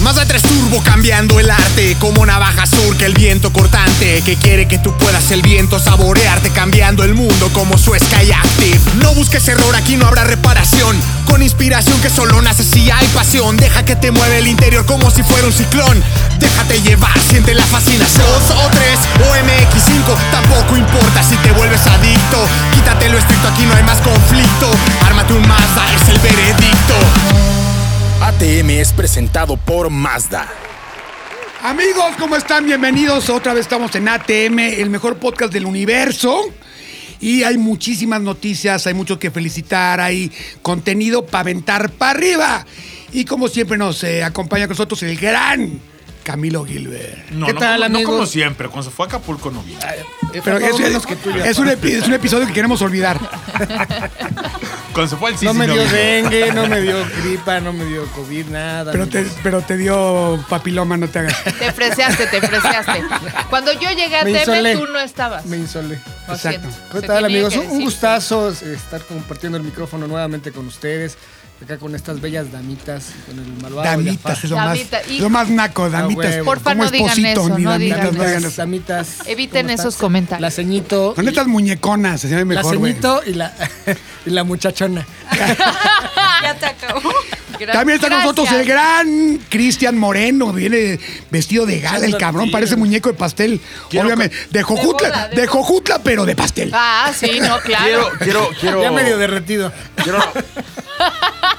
Más de tres turbo cambiando el arte, como navaja surca el viento cortante, que quiere que tú puedas el viento saborearte, cambiando el mundo como su Sky Active. No busques error, aquí no habrá reparación, con inspiración que solo nace si hay pasión. Deja que te mueve el interior como si fuera un ciclón, déjate llevar, siente la fascinación. Dos o tres o MX5, tampoco importa si te vuelves adicto, quítate lo estricto, aquí no hay más conflicto, ármate un Mazda, es el veredicto. ATM es presentado por Mazda. Amigos, ¿cómo están? Bienvenidos. Otra vez estamos en ATM, el mejor podcast del universo. Y hay muchísimas noticias, hay mucho que felicitar, hay contenido para aventar para arriba. Y como siempre nos eh, acompaña con nosotros el gran Camilo Gilbert. No, ¿Qué no, tal, como- no amigos? como siempre. Cuando se fue a Acapulco no vino. Pero es, es un epi- es un episodio que queremos olvidar. Cuando se fue al Sisi No me dio vino. dengue, no me dio gripa, no me dio COVID, nada. Pero ni te, nada. pero te dio papiloma, no te hagas. Te freseaste, te freseaste. Cuando yo llegué a Me Teme, insolé. tú no estabas. Me insolé. Lo Exacto. siento. ¿Qué Se tal, tenía amigos? que Un- Un decir. gustazo eh, estar compartiendo el micrófono nuevamente con ustedes. Acá con estas bellas damitas, con el malvado. Damitas, es Jafar. lo más, Damita, y- lo más naco, damitas. Ah, huevo. Porfa, Como no digan esposito, eso, ni no damitas, digan no digan Damitas, eso. damitas. Eviten ¿cómo estás? esos comentarios. La ceñito. Son y- estas muñeconas, se ve La mejor, güey. ceñito y la, y la muchachona. Ya te acabó. Gra- También está con gracias. nosotros el gran Cristian Moreno, viene vestido de gala, el cabrón, parece muñeco de pastel. Obviamente, de Jojutla, de, De bola, de bola. Jojutla, pero de pastel. Ah, sí, no, claro. Quiero, quiero, quiero. Ya medio derretido. quiero,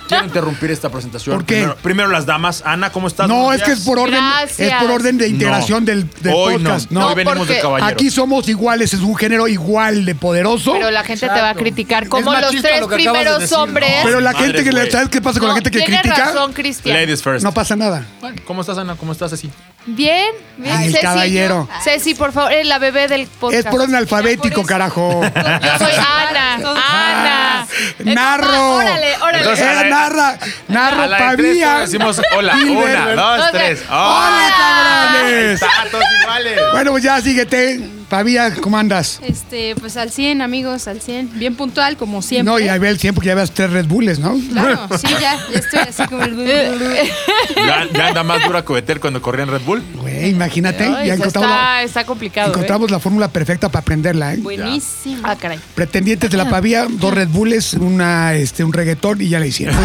quiero interrumpir esta presentación. ¿Por qué? Primero, primero las damas. Ana, ¿cómo estás? no, Buenos es que es días. por orden, Gracias. es por orden de No. integración del, del Hoy podcast. No, No, hoy venimos porque- de caballero. aquí somos iguales, es un género igual de poderoso. Pero la gente te va a Exacto. criticar. Es Como los machista tres lo que acabas de primeros decir, ¿no? hombres. Pero la Madre, gente que le, güey. ¿sabes qué pasa con la No, gente que tienes critica? razón, Cristian. Ladies first. No pasa nada. Bueno, ¿Cómo estás, Ana? ¿Cómo estás así? Bien, bien. Ay, el Ceci, caballero. yo- Ceci, por favor, eh, la bebé del podcast. Es por orden alfabético, carajo. Yo soy Ana. Ana. Eh, Narro. mamá, Órale, Entonces, órale. Era a la- narro, narro a la de tres Pavía. todos decimos hola. Gilbert. Una, dos, ¿Dónde? tres. ¡Hola, Ahí cabrones! está, todos iguales. Bueno, pues ya síguete. Pavía, ¿cómo andas? Este, pues al 100, amigos, al 100. Bien puntual, como siempre. No, y ahí ve el tiempo que ya veas tres Red Bulls, ¿no? Claro, sí, ya, ya estoy así como el... Ya, ya anda más dura coheter cuando corría en Red Bull. Güey, imagínate. Ay, ya eso encontramos, está, la, está complicado. ¿eh? encontramos la fórmula perfecta para aprenderla, ¿eh? Buenísimo. Ah, caray. Pretendientes de la Pavía, dos Red Bulls, una, este, un reggaetón y ya la hicieron.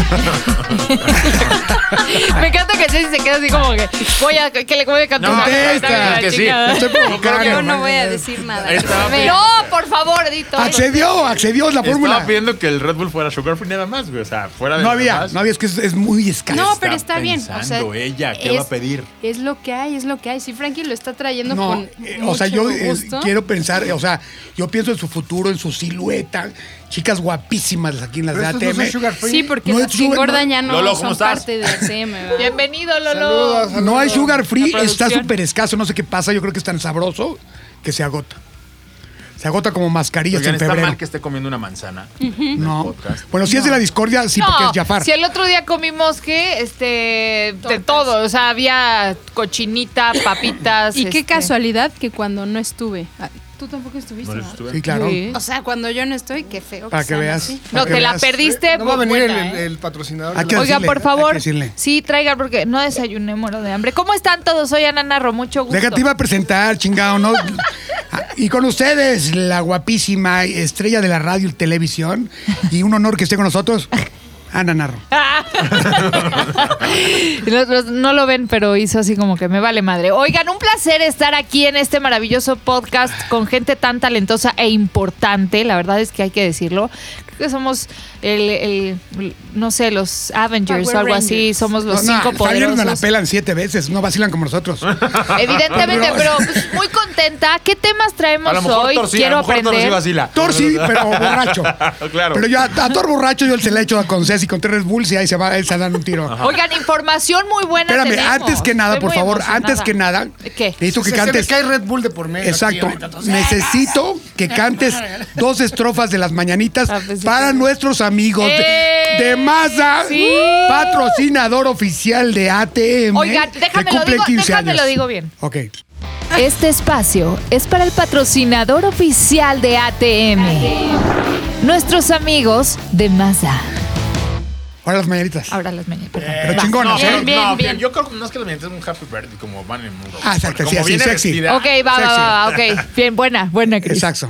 Me encanta que Ceci se queda así como que voy a que le voy a cantar. No, contesta. La que sí. chingada. Estoy Yo provocando. no voy a decir nada. Estaba, pi- No, por favor, Ah, Edito. Accedió, accedió es la estaba fórmula. pidiendo que el Red Bull fuera sugar free nada más, güey. O sea, fuera de No lo había, demás. no había, es que es, es muy escaso. No, pero está bien. O sea, pensando ella? ¿Qué va a pedir? Es lo que hay, es lo que hay. Sí, Frankie lo está trayendo No, con eh, mucho o sea, yo eh, gusto. quiero pensar, eh, o sea, yo pienso en su futuro, en su silueta, chicas guapísimas aquí en las de Pero estos no ATM. son sugar free. Sí, porque No, las sube, que engordan no. ya no Lolo, ¿cómo son estás? parte de ACM, ¿verdad? Bienvenido, Lolo. Saludos. no hay sugar free, La está producción. súper escaso, no sé qué pasa, yo creo que es tan sabroso que se agota. Se agota como mascarillas Oigan, en está febrero. mal que esté comiendo una manzana. No. podcast. Bueno, si es de la discordia, sí, porque es Jafar. si el otro día comimos que este de todo, o sea, había cochinita, papitas. Y qué este, casualidad que cuando no estuve... Ah, Tú tampoco estuviste, No les ¿verdad? estuve- Sí, claro. Sí. O sea, cuando yo no estoy, qué feo. Para que sean veas. así. para No, que te la veas. perdiste. No va a venir buena, el, ¿eh? el patrocinador. Hay que Oiga, decirle, por hay favor, que decirle. sí, traigan porque no desayuné, muero de hambre. ¿Cómo están todos? Soy Ana Narro, mucho gusto. Deja, te iba a presentar, chingado, ¿no? Ah, Y con ustedes, la guapísima estrella de la radio y televisión. Y un honor que esté con nosotros, Ana Narro. Y los- los- no lo ven, pero hizo así como que me vale madre. Oigan, un placer estar aquí en este maravilloso podcast con gente tan talentosa e importante. La verdad es que hay que decirlo. Creo que somos el, el- no sé, los Avengers Power o algo así. Rangers. Somos los No, no, cinco salieron a la poderosos. pelan siete veces, no vacilan como nosotros. Evidentemente, pero pues, muy contenta. ¿Qué temas traemos A lo mejor hoy? torcí, Quiero a lo mejor torcí aprender. vacila. Thor sí, pero borracho. Claro. Pero yo a, a Thor borracho yo se le echo con Ceci, con Terrence Bulls y ahí se va, él se dan un tiro. Oigan, información muy buena. Espérame, tenemos. antes que nada, Estoy por muy favor, emocionada. antes que nada, ¿Qué? necesito que cantes. hay Red Bull de por medio. aquí Exacto. ahorita, entonces- Necesito que cantes dos estrofas de las mañanitas Ah, pues sí, para sí. nuestros amigos ¡Eh! de, de Mazda, Sí. patrocinador oficial de ATM. Oigan, que déjame lo cumple digo, 15 déjame años. lo digo bien. Ok. Este espacio es para el patrocinador oficial de ATM. Nuestros amigos de Mazda. Ahora las mañanitas. Ahora las mañanas. perdón. Pero Va. chingonas, pero- ¿eh? Bien, bien, no, bien. Yo creo que no es que le mientes un happy birthday como van en el mundo. Ah, exacto, Porque sí, como así, viene sexy. vestida- Ok, va, va, va, va, ok. Bien, buena, buena, Cris. Exacto.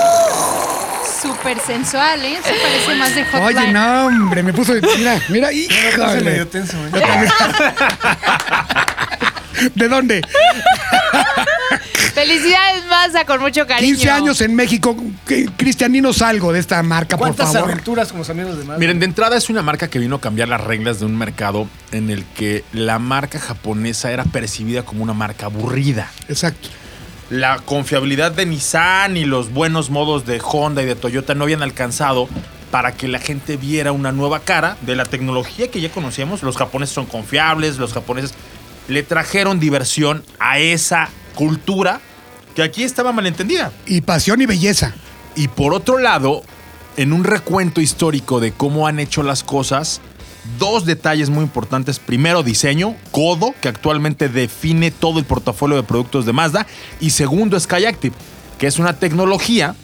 Súper sensual, ¿eh? Se parece más de hotline. Oye, no, hombre, me puso. Mira, mira, Se me híjole. dio tenso, ¿eh? ¿De dónde? Felicidades, Maza, con mucho cariño. 15 años en México. ¿Qué- Cristian, dinos algo de esta marca, por ¿Cuántas favor. aventuras como los amigos de Mazda? Miren, de entrada es una marca que vino a cambiar las reglas de un mercado en el que la marca japonesa era percibida como una marca aburrida. Exacto. la confiabilidad de Nissan y los buenos modos de Honda y de Toyota no habían alcanzado para que la gente viera una nueva cara de la tecnología que ya conocíamos. Los japoneses son confiables, los japoneses le trajeron diversión a esa cultura que aquí estaba malentendida. Y pasión y belleza. Y por otro lado, en un recuento histórico de cómo han hecho las cosas, dos detalles muy importantes. Primero, diseño, Kodo, que actualmente define todo el portafolio de productos de Mazda. Y segundo, Skyactiv, que es una tecnología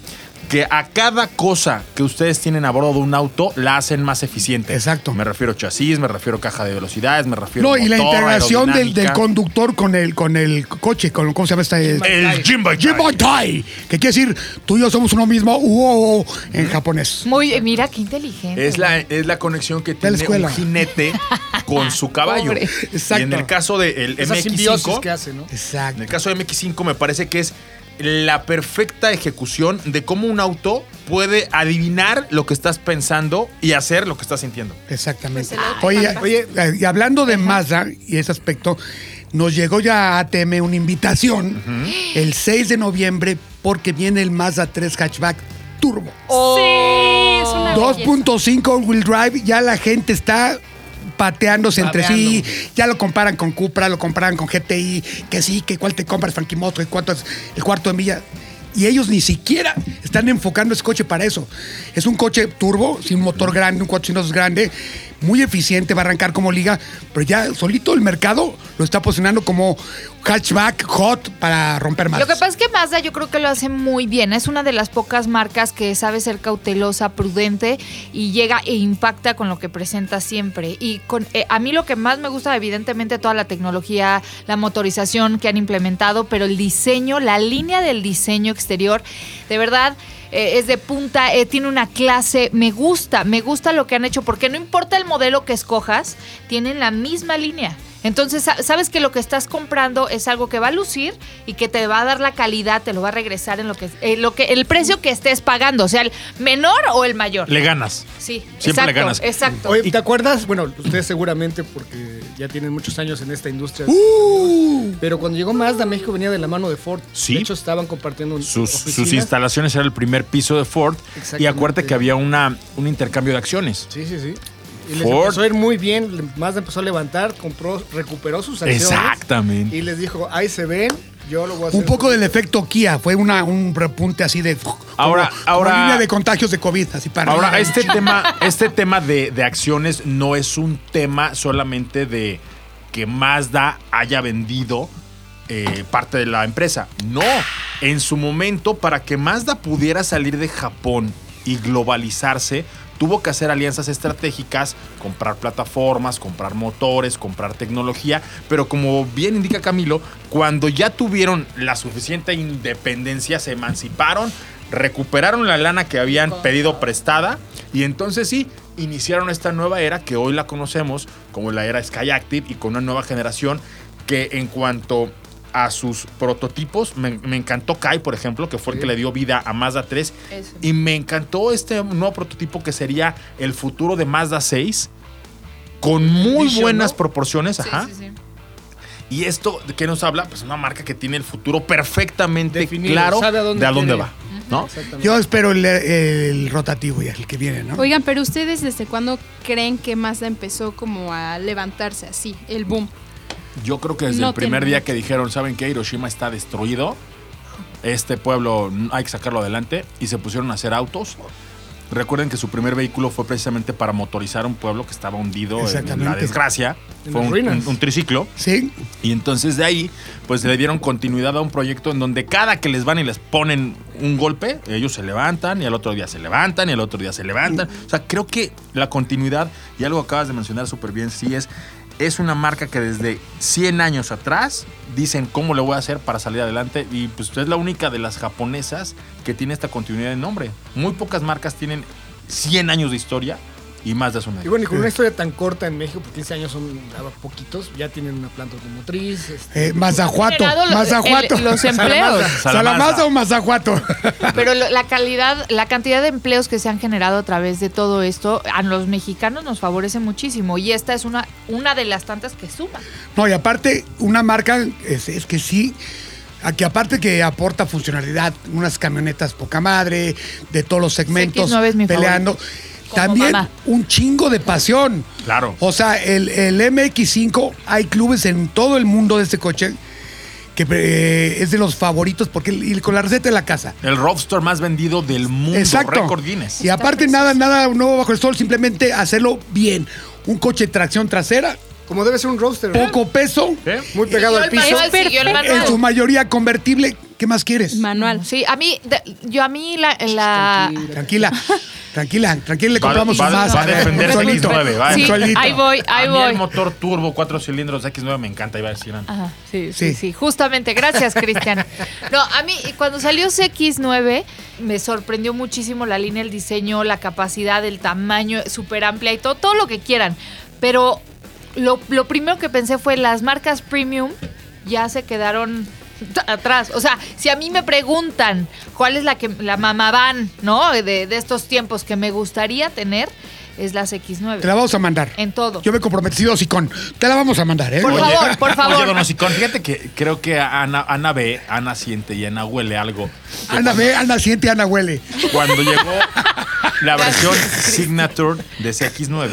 que a cada cosa que ustedes tienen a bordo de un auto la hacen más eficiente. Exacto. Me refiero a chasis, me refiero a caja de velocidades, me refiero No, a y la motor, integración del, del aerodinámica. conductor con el, con el coche, con ¿cómo se llama esta? El Jinbei. Jimbo Tai, que quiere decir tú y yo somos uno mismo, uo, uo, en japonés. Muy, mira, qué inteligente. Es la, es la conexión que la tiene escuela. un jinete con su caballo. Pobre. Exacto. Y en el caso del Esa simbiosis que MX5, hace, ¿no? en Exacto. el caso de MX5 me parece que es la perfecta ejecución de cómo un auto puede adivinar lo que estás pensando y hacer lo que estás sintiendo. Exactamente. Pues el Oye, Outback. oye, eh, y hablando de Mazda y ese aspecto, nos llegó ya a ATM una invitación el 6 de noviembre porque viene el Mazda 3 Hatchback Turbo. Sí, es una belleza. 2.5 wheel drive, ya la gente está pateándose entre sí, ya lo comparan con Cupra, lo comparan con GTI, que sí, que cuál te compras, Frankie Moto, que cuánto es el cuarto de milla. Y ellos ni siquiera están enfocando ese coche para eso. Es un coche turbo, sin motor grande, un 400 grande, muy eficiente, va a arrancar como liga, pero ya solito el mercado lo está posicionando como hatchback hot para romper más. Lo que pasa es que Mazda yo creo que lo hace muy bien. Es una de las pocas marcas que sabe ser cautelosa, prudente y llega e impacta con lo que presenta siempre. Y con, eh, a mí lo que más me gusta, evidentemente, toda la tecnología, la motorización que han implementado, pero el diseño, la línea del diseño exterior, de verdad. eh, es de punta, eh, tiene una clase, me gusta, me gusta lo que han hecho, porque no importa el modelo que escojas, tienen la misma línea. Entonces, sa- sabes que lo que estás comprando es algo que va a lucir y que te va a dar la calidad, te lo va a regresar en lo que, eh, lo que el precio que estés pagando, o sea, el menor o el mayor. Le ganas. sí, siempre exacto, le ganas. Exacto. Oye, ¿te acuerdas? Bueno, ustedes seguramente porque ya tienen muchos años en esta industria. Pero cuando llegó Mazda, México venía de la mano de Ford. ¡Uh! Sí. De hecho, estaban compartiendo un- Sus, sus oficinas. instalaciones eran el primer piso de Ford y Exactamente. acuérdate que había una, un intercambio de acciones. Sí, sí, sí. Y les Ford. empezó a ir muy bien. le- Mazda empezó a levantar, compró, recuperó sus acciones. Exactamente. Y les dijo, ahí se ven, yo lo voy a hacer. Un poco del efecto Kia, fue una, un repunte así de. Ahora- como- como ahora- línea de contagios de COVID, así para. Ahora, este tema, este tema de, de acciones no es un tema solamente de que Mazda haya vendido eh, parte de la empresa. No, en su momento, para que Mazda pudiera salir de Japón y globalizarse, tuvo que hacer alianzas estratégicas, comprar plataformas, comprar motores, comprar tecnología, pero como bien indica Camilo, cuando ya tuvieron la suficiente independencia, se emanciparon, recuperaron la lana que habían pedido prestada y entonces sí, iniciaron esta nueva era que hoy la conocemos como la era Skyactiv y con una nueva generación que en cuanto a sus prototipos, me, me encantó Kai, por ejemplo, que fue el que le dio vida a Mazda 3 Eso. y me encantó este nuevo prototipo que sería el futuro de Mazda 6 con muy Edition, buenas ¿no? proporciones, Sí, ajá. sí, sí. Y esto, ¿de qué nos habla? Pues una marca que tiene el futuro perfectamente Definido, claro sabe a dónde de a dónde quiere. va. ¿no? Yo espero el, el rotativo ya, el que viene, ¿no? Oigan, pero ustedes desde cuándo creen que Mazda empezó como a levantarse así, el boom? Yo creo que desde No el primer tiene día mucho. que dijeron, ¿saben qué? Hiroshima está destruido. Este pueblo mm, hay que sacarlo adelante. Y se pusieron a hacer autos. Recuerden que su primer vehículo fue precisamente para motorizar un pueblo que estaba hundido en la Exactamente. desgracia. En fue las un, ruinas. un- un triciclo. Sí. Y entonces de ahí, pues le dieron continuidad a un proyecto en donde cada que les van y les ponen un golpe, ellos se levantan y al otro día se levantan y al otro día se levantan. O sea, creo que la continuidad, y algo que acabas de mencionar súper bien, sí es, es una marca que desde 100 años atrás dicen cómo le voy a hacer para salir adelante y pues es la única de las japonesas que tiene esta continuidad de nombre. Muy pocas marcas tienen 100 años de historia y más de una. Y bueno, y con una historia tan corta en México, porque 15 años son ah, poquitos, ya tienen una planta automotriz. este, Eh, Mazajuato. Generado lo- Mazajuato. el- los em- empleos. Salamasa o Mazajuato. Pero lo- la calidad, la cantidad de empleos que se han generado a través de todo esto, a los mexicanos nos favorece muchísimo. Y esta es una, una de las tantas que suma. No, y aparte, una marca, es, es que sí, a que aparte que aporta funcionalidad, unas camionetas poca madre, de todos los segmentos, CX-9 es mi peleando. Como También mamá. un chingo de pasión. Claro. O sea, el, el MX5, hay clubes en todo el mundo de este coche que eh, es de los favoritos, porque y con la receta de la casa. El roadster más vendido del mundo, Exacto. récord Guinness. Y aparte, nada, nada nuevo bajo el sol, simplemente hacerlo bien. Un coche de tracción trasera, Como debe ser un roadster, ¿no? poco peso, ¿Eh? muy pegado al piso. Manual siguió el en manual. su mayoría convertible. ¿Qué más quieres? Manual. Sí, a mí, de- yo a mí la... la- Tranquila, tranquila, tranquila, le Va- compramos va- un más. eh, va a defender Un el sueldito, X9, va. un sí, sueldito. ahí voy, ahí a mí el voy. Ah, motor turbo, cuatro cilindros X9 me encanta, iba a decir antes. Ajá, sí, sí, Sí. sí, justamente, gracias Cristian. No, a mí cuando salió CX9 me sorprendió muchísimo la línea, el diseño, la capacidad, el tamaño, súper amplia y todo, todo lo que quieran. Pero lo, lo primero que pensé fue las marcas premium ya se quedaron t- atrás. O sea, si a mí me preguntan cuál es la que la mamá van, ¿no? De, de estos tiempos que me gustaría tener, es la CX9. Te la vamos a mandar. En todo. Yo me comprometí, sí, con. Te la vamos a mandar, ¿eh? Por Oye, favor, por favor. Oye, don Hocicón, fíjate que creo que a Ana, Ana ve, Ana siente y Ana huele algo. Que Ana, ve, Ana, siente, Ana, huele. Cuando llegó la versión Signature de CX9,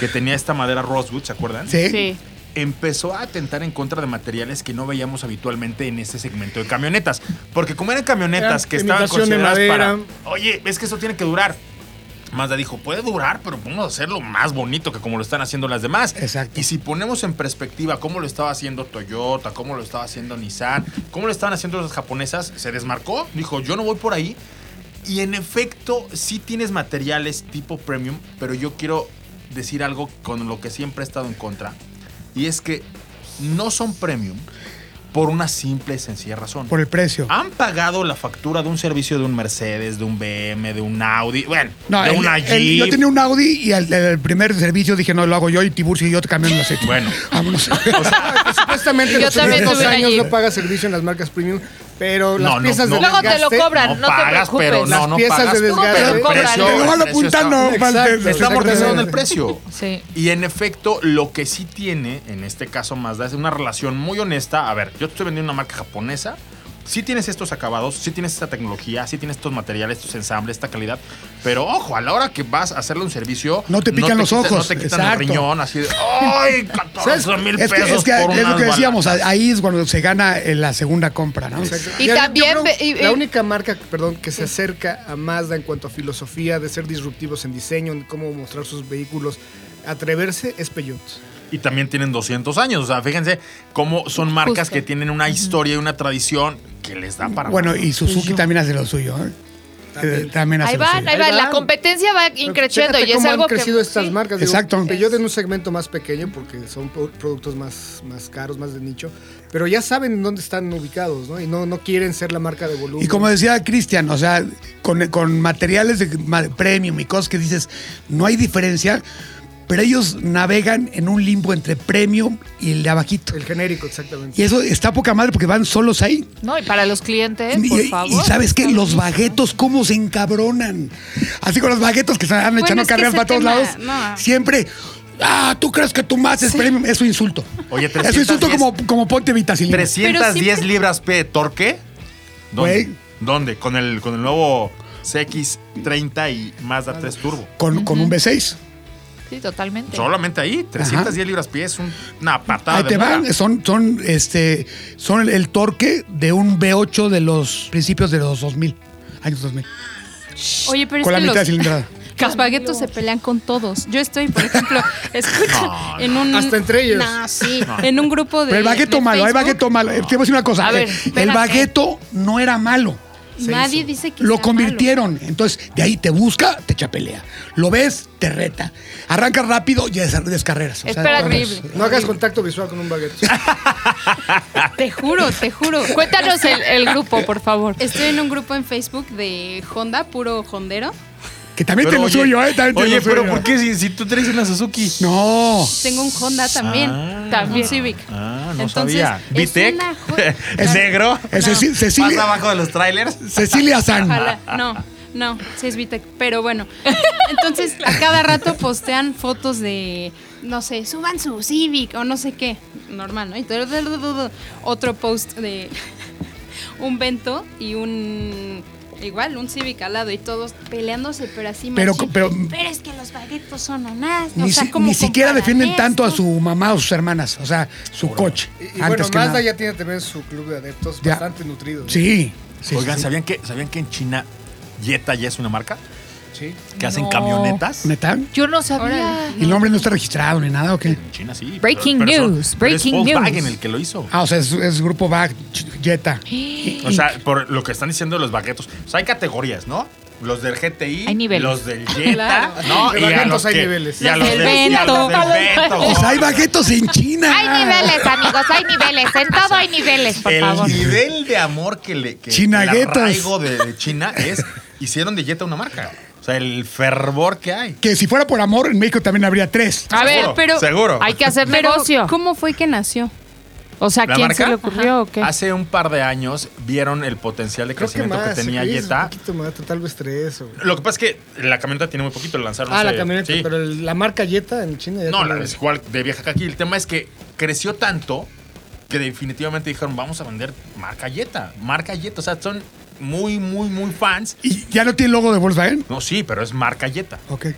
que tenía esta madera Rosewood, ¿se acuerdan? Sí. Sí. empezó a atentar en contra de materiales que no veíamos habitualmente en este segmento de camionetas. Porque como eran camionetas Eran que estaban imitación de consideradas para... madera. Oye, es que eso tiene que durar. Mazda dijo, puede durar, pero vamos a hacerlo más bonito que como lo están haciendo las demás. Exacto. Y si ponemos en perspectiva cómo lo estaba haciendo Toyota, cómo lo estaba haciendo Nissan, cómo lo estaban haciendo las japonesas, se desmarcó, dijo, yo no voy por ahí. Y en efecto, sí tienes materiales tipo premium, pero yo quiero decir algo con lo que siempre he estado en contra. Y es que no son premium por una simple y sencilla razón. Por el precio. Han pagado la factura de un servicio de un Mercedes, de un BM, de un Audi, bueno, No, de el- una el- Jeep. yo tenía un Audi y al el primer servicio dije, no, lo hago yo y Tiburcio y yo te cambio en la aceite. Bueno. Vámonos. Supuestamente en Yo los también últimos tuve una años Jeep. no paga servicio en las marcas premium, pero las No, no, piezas no. de Luego te lo desgaste- cobran, no, te pagas, preocupes. pero no, Las no piezas pagas, de desgaste. pero el precio- Pero cobran. el Te lo van precio apuntando, está- Exacto. Valdés. Está amortizado en el Exactamente. precio. Sí. Y en efecto, lo que sí tiene, en este caso Mazda, es una relación muy honesta. A ver, yo te estoy vendiendo una marca japonesa. Sí tienes estos acabados, sí tienes esta tecnología, sí tienes estos materiales, estos ensambles, esta calidad. Pero ojo, a la hora que vas a hacerle un servicio... No te pican los quitan- ojos, No te quitan exacto. el riñón, así de... ¡Ay, 14 mil Es que, pesos es que por es lo unas que decíamos, balatas! ahí es cuando se gana eh, la segunda compra, ¿no? Exacto. Y además, también yo creo ve- y- la y- única marca, perdón, que se acerca a Mazda en cuanto a filosofía de ser disruptivos en diseño, en cómo mostrar sus vehículos, atreverse es Peugeot. Y también tienen 200 años. O sea, fíjense cómo son marcas Justo. que tienen una historia y una tradición que les da para... Ah, Bueno, y Suzuki también hace lo suyo, ¿eh? Eh, También hace Ahí lo van, suyo. ahí Ahí van. La van. competencia va increciendo Chécate y es cómo algo han crecido que. estas sí. marcas. Digo, Exacto. Peugeot en un segmento más pequeño porque son pro- productos más, más caros, más de nicho, pero ya saben en dónde están ubicados, ¿no? Y no, no quieren ser la marca de volumen. Y como decía Cristian, o sea, con, con materiales de ma- premium y cosas que dices, no hay diferencia, pero ellos navegan en un limbo entre premium y el de abajito. el genérico, exactamente. Y eso está poca madre porque van solos ahí. No, y para los clientes, Y, Eh, por y- favor. y sabes qué, los baguetos, cómo se encabronan. Así con los baguetos que se han echando es que carreras ese para todos tema, lados. no. Siempre. Ah, ¿tú crees que tu más es premium? Es un insulto. Oye, es un insulto 310. como, como ponte vitacilina. 310 siempre- libras P de torque. ¿Dónde? Güey, ¿Dónde? Con el, con el nuevo CX30 y Mazda 3 Turbo. Con, con un V6. Sí, totalmente. Solamente ahí, 310 libras pies, un- una patada Ahí de te mula. van, son, son, este, son el, el torque de un V8 de los principios de los 2000, años 2000. Oye, pero con la es que mitad de los, cilindrada. los baguetos se pelean con todos. Yo estoy, por ejemplo, escucha, en un... Hasta entre ellos. No, sí, en un grupo de Pero el bagueto de malo, hay Facebook, bagueto malo. Te voy a decir una cosa. A eh, ver, el espérate. bagueto no era malo. Nadie dice que Lo sea malo. convirtieron. Entonces, de ahí te busca, te chapelea. Lo ves, te reta. Arranca rápido y des- descarreras. O sea, Espera, vamos. horrible. No hagas contacto visual con un baguette. Te juro, te juro. Cuéntanos el, el grupo, por favor. Estoy en un grupo en Facebook de Honda, puro hondero. Que también Pero te lo oye, suyo, ¿eh? También te Oye, lo suyo. pero ¿por qué si, si tú traes una Suzuki? No. Tengo un Honda también, también Ah. Civic. Ah, no Entonces, sabía. es ¿Vitec? una jo- ¿Es negro? Es eh, Ceci- ¿Pasa Cecilia, abajo de los trailers? Cecilia San. Ojalá. No, no, sí es Vitec, pero bueno. Entonces, a cada rato postean fotos de, no sé, suban su Civic o no sé qué. Normal, ¿no? Y tu- tu- tu- tu- tu- otro post de un Vento y un... Igual, un Civic al lado y todos peleándose, pero así Pero- machín. pero- es que los baguetos son anás. Ni, o sea, si- ¿cómo ni siquiera comparan defienden tanto a esto? su mamá o sus hermanas. O sea, su coche. Y, y antes bueno, que Mazda nada. ya tiene también su club de adeptos Ya. bastante nutrido. ¿no? Sí. sí, Oigan, sí, sí. ¿sabían que, ¿sabían que en China Jetta ya es una marca? Sí. Que hacen No. camionetas. ¿Neta? Yo no sabía. Órale. ¿Y el nombre no está registrado ni nada o qué? En China sí. Breaking son- news, pero es breaking Volkswagen news. el que lo hizo. Ah, o sea, es, es grupo VAG, Ch- Jetta. O sea, por lo que están diciendo los baguetos. O sea, hay categorías, ¿no? Los del GTI, Hay niveles. los del Jetta, Claro. ¿no? De Y a baguetos los hay que- niveles. y a los Los del del y a los Vento. del Vento. Pues hay baguetos en China. Hay niveles, amigos, hay niveles. En todo hay niveles, por el favor. nivel de amor que le que el Chinaguetas. arraigo de, de China es hicieron de Jetta una marca. O sea, el fervor que hay. Que si fuera por amor, en México también habría tres. A ver, Seguro, pero seguro. hay que hacer Pero, negocio. ¿cómo fue que nació? O sea, ¿La ¿quién se marca? le ocurrió o qué? Hace un par de años vieron el potencial de Creo que crecimiento que, más. tenía Chris, Jetta. Un poquito más, tal vez tres. o- Lo que pasa es que la camioneta tiene muy poquito, la lanzaron Ah, hace- la camioneta, sí. pero el- la marca Jetta en China ya No, tiene- la es igual de vieja que aquí. El tema es que creció tanto que definitivamente dijeron, vamos a vender marca Jetta, marca Jetta. O sea, son muy, muy, muy fans. ¿Y ya no tiene logo de Volkswagen? No, sí, pero es marca Jetta. Ok.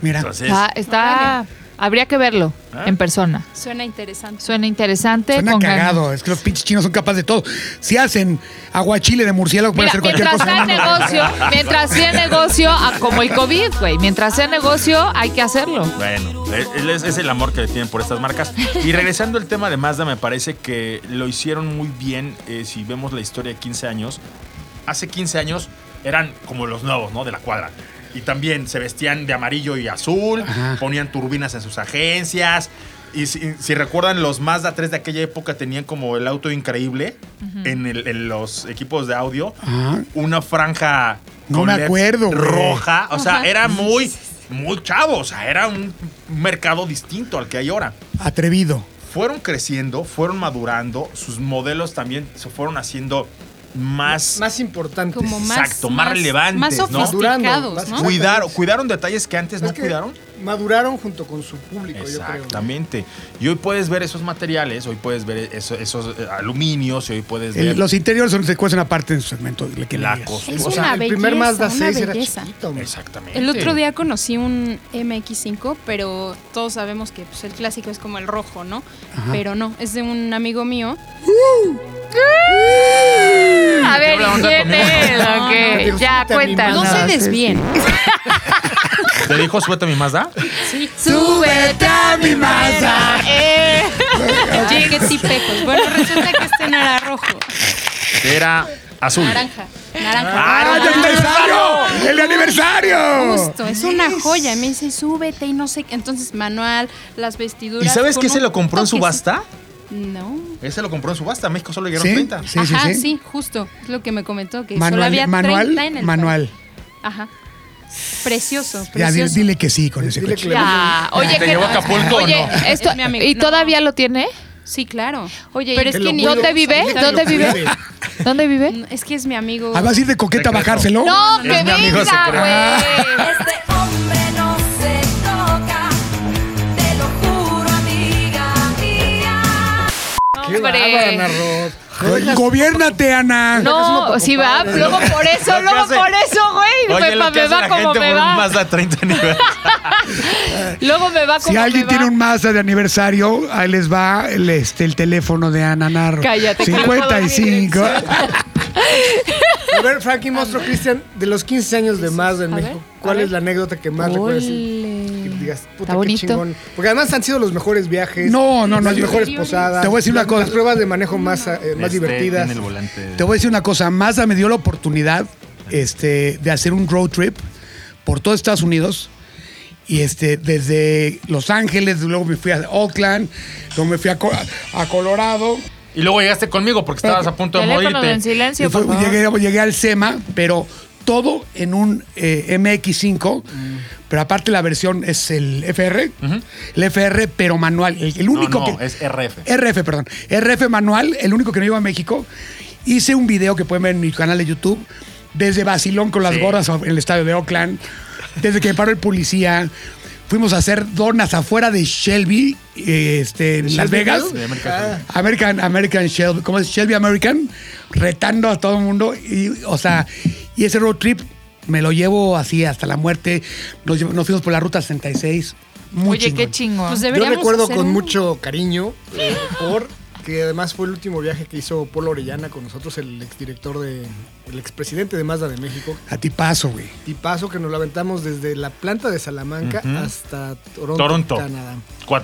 Mira. Entonces, Ah, Está, está- habría que verlo Ah. en persona. Suena interesante. Suena interesante. Suena con ganas. cagado, ¿eh? es que los pinches chinos son capaces de todo. Si hacen aguachile de murciélago, pueden Mira, hacer cualquier mientras cosa. sea negocio, mientras sea negocio, ah, como el COVID, güey, mientras sea negocio, hay que hacerlo. Bueno, eh, él es, es el amor que le tienen por estas marcas. Y regresando al tema de Mazda, me parece que lo hicieron muy bien. eh, si vemos la historia de 15 años, hace 15 años eran como los nuevos, ¿no? De la cuadra. Y también se vestían de amarillo y azul, ponían turbinas en sus agencias. Y si, si recuerdan, los Mazda 3 de aquella época tenían como el auto increíble en, el- en los equipos de audio. Ajá. Una franja No con me LED acuerdo, güey. roja Ah, o sea, Ajá. era muy, muy chavo, o sea, era un mercado distinto al que hay ahora. Atrevido. Fueron creciendo, fueron madurando, sus modelos también se fueron haciendo más, Más importante. Como más, Exacto, más relevantes, Más ¿no? Madurando, sofisticados, más- ¿no? Muy cuidaron, cuidaron detalles que antes Es no que cuidaron. Maduraron junto con su público, yo creo. ¿no? Exactamente. Y hoy puedes ver esos materiales, hoy puedes ver eso- esos eh, aluminios, y hoy puedes El- ver los interiores son se cuecen aparte en su segmento. le- que le la digas. costura. Es O sea, una el belleza, primer Mazda una 6 era belleza. chiquito. hombre. Exactamente. El otro día conocí un MX5, pero todos sabemos que pues, el clásico es como el rojo, ¿no? Pero no, es de un amigo mío. A ver, ¿y onda quién es? No, Ok, no, ya, te cuéntanos. No se desvíen. ¿Te dijo suelta mi Mazda? Súbete a mi masa. Oye, qué tipejos. pues, Bueno, resulta que este no era rojo, Era azul. naranja. Naranja. ¡Ah, ya Naranja. ¡Aniversario! ¡El de aniversario! Justo, es una joya. Y Me dice, súbete y no sé qué. Entonces, manual, las vestiduras. ¿Y sabes con qué se un lo compró en toquecito. subasta? No. Ese lo compró en subasta. A México solo llegaron ¿Sí? 30. sí, sí, Ajá, sí. sí. justo. Es lo que me comentó, que solo había Manual, 30 en manual, manual. el Ajá. Precioso, Ya, dile, precioso. dile que sí con ese Dile coche. que le Ya. Oye, ¿Te que- llevó a Acapulco o Oye, no? esto, Es mi amigo. ¿y No. todavía lo tiene? Sí, claro. Oye, pero es que, lo ni- cuido. ¿dónde vive? Dile que ¿Dónde lo vive? cuide. ¿Dónde vive? No, es que es mi amigo. Ah, ¿Vas a ir de coqueta a Secreto. bajárselo? No, mi que amigo venga, secreto. güey. Este hombre no se toca, te lo juro, amiga mía. ¿Qué? Qué bárbara, Ana hombre. Rod. No Ay, dejas- Gobiernate, Ana. No, Eres sí una va. poco padre. Luego por eso, Lo que luego hace- por eso, güey. Oye, me, lo pa- que me hace va la como gente me por un va. Mazda 30 nivel. Luego me va como Si alguien me tiene va. un Mazda de aniversario, ahí les va el, este, el teléfono de Ana Narro. Cállate, que no puedo dar mi 55. A ver, Frankie Monstruo, Cristian, de los 15 años de más en A ver, México, a ¿cuál ver. es la anécdota que más recuerdas? Ole. Mm, Que digas, puta, Está qué bonito. chingón. Porque además han sido los mejores viajes. No, no, no, Las yo- mejores posadas. Te voy a decir una las- cosa. Las pruebas de manejo más, eh, más divertidas. Este, En el volante. Te voy a decir una cosa, Mazda me dio la oportunidad este, de hacer un road trip por todo Estados Unidos. Y este, desde Los Ángeles, luego me fui a Oakland, luego me fui a, Co- a Colorado. Y luego llegaste conmigo porque estabas a punto de Teléfono en morirte. silencio, Y fue- por favor. llegué, llegué al SEMA, pero todo en un eh, MX5. Mm. Pero aparte la versión es el FR, el FR pero manual. El, el único no, que es RF. RF, perdón. RF manual, el único que no iba a México. Hice un video que pueden ver en mi canal de YouTube. Desde Basilón con las gorras en el estadio de Oakland. Desde que me paró el policía. Fuimos a hacer donas afuera de Shelby, eh, este, en Las Vegas. American, American Shelby, ¿cómo es? Shelby American, retando a todo el mundo. Y, o sea, y ese road trip me lo llevo así hasta la muerte. Nos, llevo- nos fuimos por la ruta 66. Muy Oye, qué chingón. chingón. Pues Yo deberíamos recuerdo hacer con uno. mucho cariño eh, por que además fue el último viaje que hizo Polo Orellana con nosotros, el exdirector de. el expresidente de Mazda de México. A ti paso, güey. Y paso que nos lo aventamos desde la planta de Salamanca hasta Toronto, Toronto. Canadá.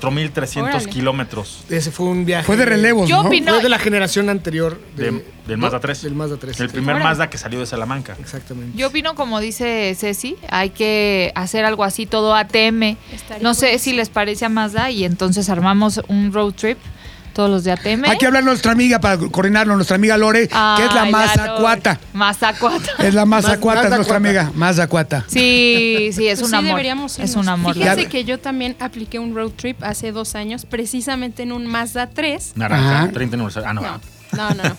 4.300 Órale. kilómetros. Ese fue un viaje. Fue de relevos, Yo ¿no? opino- Fue de la generación anterior. de- De- del no, Mazda 3. Del Mazda 3. El sí. primer Órale. Mazda que salió de Salamanca. Exactamente. Yo opino como dice Ceci, hay que hacer algo así todo ATM. Estaría No sé buenísimo. si les parece a Mazda y entonces armamos un road trip todos los de ATM. Hay que hablar a nuestra amiga para coordinarlo, nuestra amiga Lore, que es la Ay, más Lalo. acuata. Mazda cuata. Es la más Más- acuata, más es nuestra acuata. amiga, más acuata. Sí, sí, es Pues un sí, amor. deberíamos es irnos. un amor. Fíjense Ya- que yo también apliqué un road trip hace dos años, precisamente en un Mazda 3. Naranja, Ajá. 30 aniversario. Ah, no. No, no, no. no.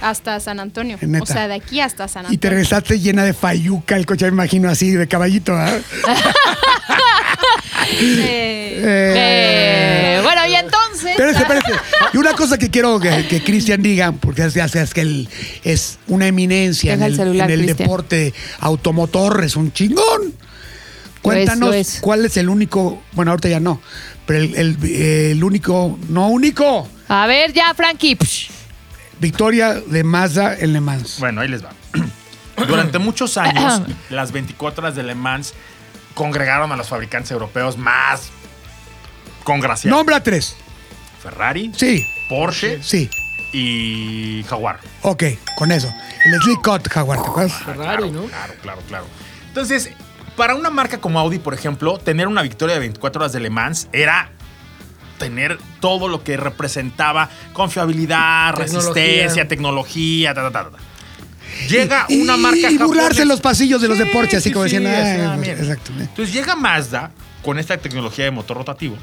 hasta San Antonio. Neta. O sea, de aquí hasta San Y te Antonio. regresaste llena de fayuca el coche, me imagino, así, de caballito, ¿verdad? Eh, Eh. Eh, bueno, y entonces. Espérense, espérense. Y una cosa que quiero que, que Cristian diga, porque es, es- es que él es una eminencia en Deja el el, celular, en el Cristian. deporte automotor, es un chingón. lo Cuéntanos es. cuál es el único, bueno, ahorita ya no, pero el, el- eh, el único, no único, A ver, ya, Frankie. psh. victoria de Mazda en Le Mans. Bueno, ahí les va. Durante muchos años, las 24 horas de Le Mans congregaron a los fabricantes europeos más congraciados. Nombra tres. Ferrari, Sí, Porsche sí. y Jaguar. Ok, con eso. El Slick Cut, Jaguar, ¿te acuerdas? Ferrari, ¿no? Claro, claro, claro. Entonces, para una marca como Audi, por ejemplo, tener una victoria de 24 horas de Le Mans era tener todo lo que representaba confiabilidad, Tecnología. resistencia, tecnología, ta, ta, ta, ta. Llega Y- una marca Y burlarse japonesa- en los pasillos de los Sí, deportes, así sí, como sí, diciendo. es "Ay, una pues, mierda". exacto. ¿eh? Entonces llega Mazda con esta tecnología de motor rotativo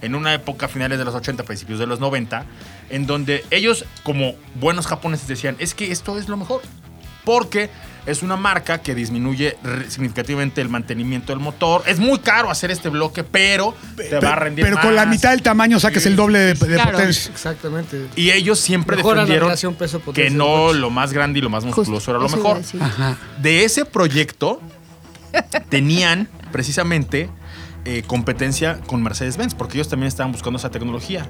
en una época finales de los 80, principios de los 90, en donde ellos como buenos japoneses decían, es que esto es lo mejor, porque es una marca que disminuye re- significativamente el mantenimiento del motor. Es muy caro hacer este bloque, pero te va a rendir Eh, Pero con la más. mitad del tamaño sacas el doble de, de Claro. potencia. Exactamente. Y ellos siempre Mejora la defendieron relación peso-potencia que del no coche. lo más grande y lo más Justo, musculoso era lo eso iba a mejor. decir. Ajá. De ese proyecto tenían precisamente eh, competencia con Mercedes-Benz, porque ellos también estaban buscando esa tecnología.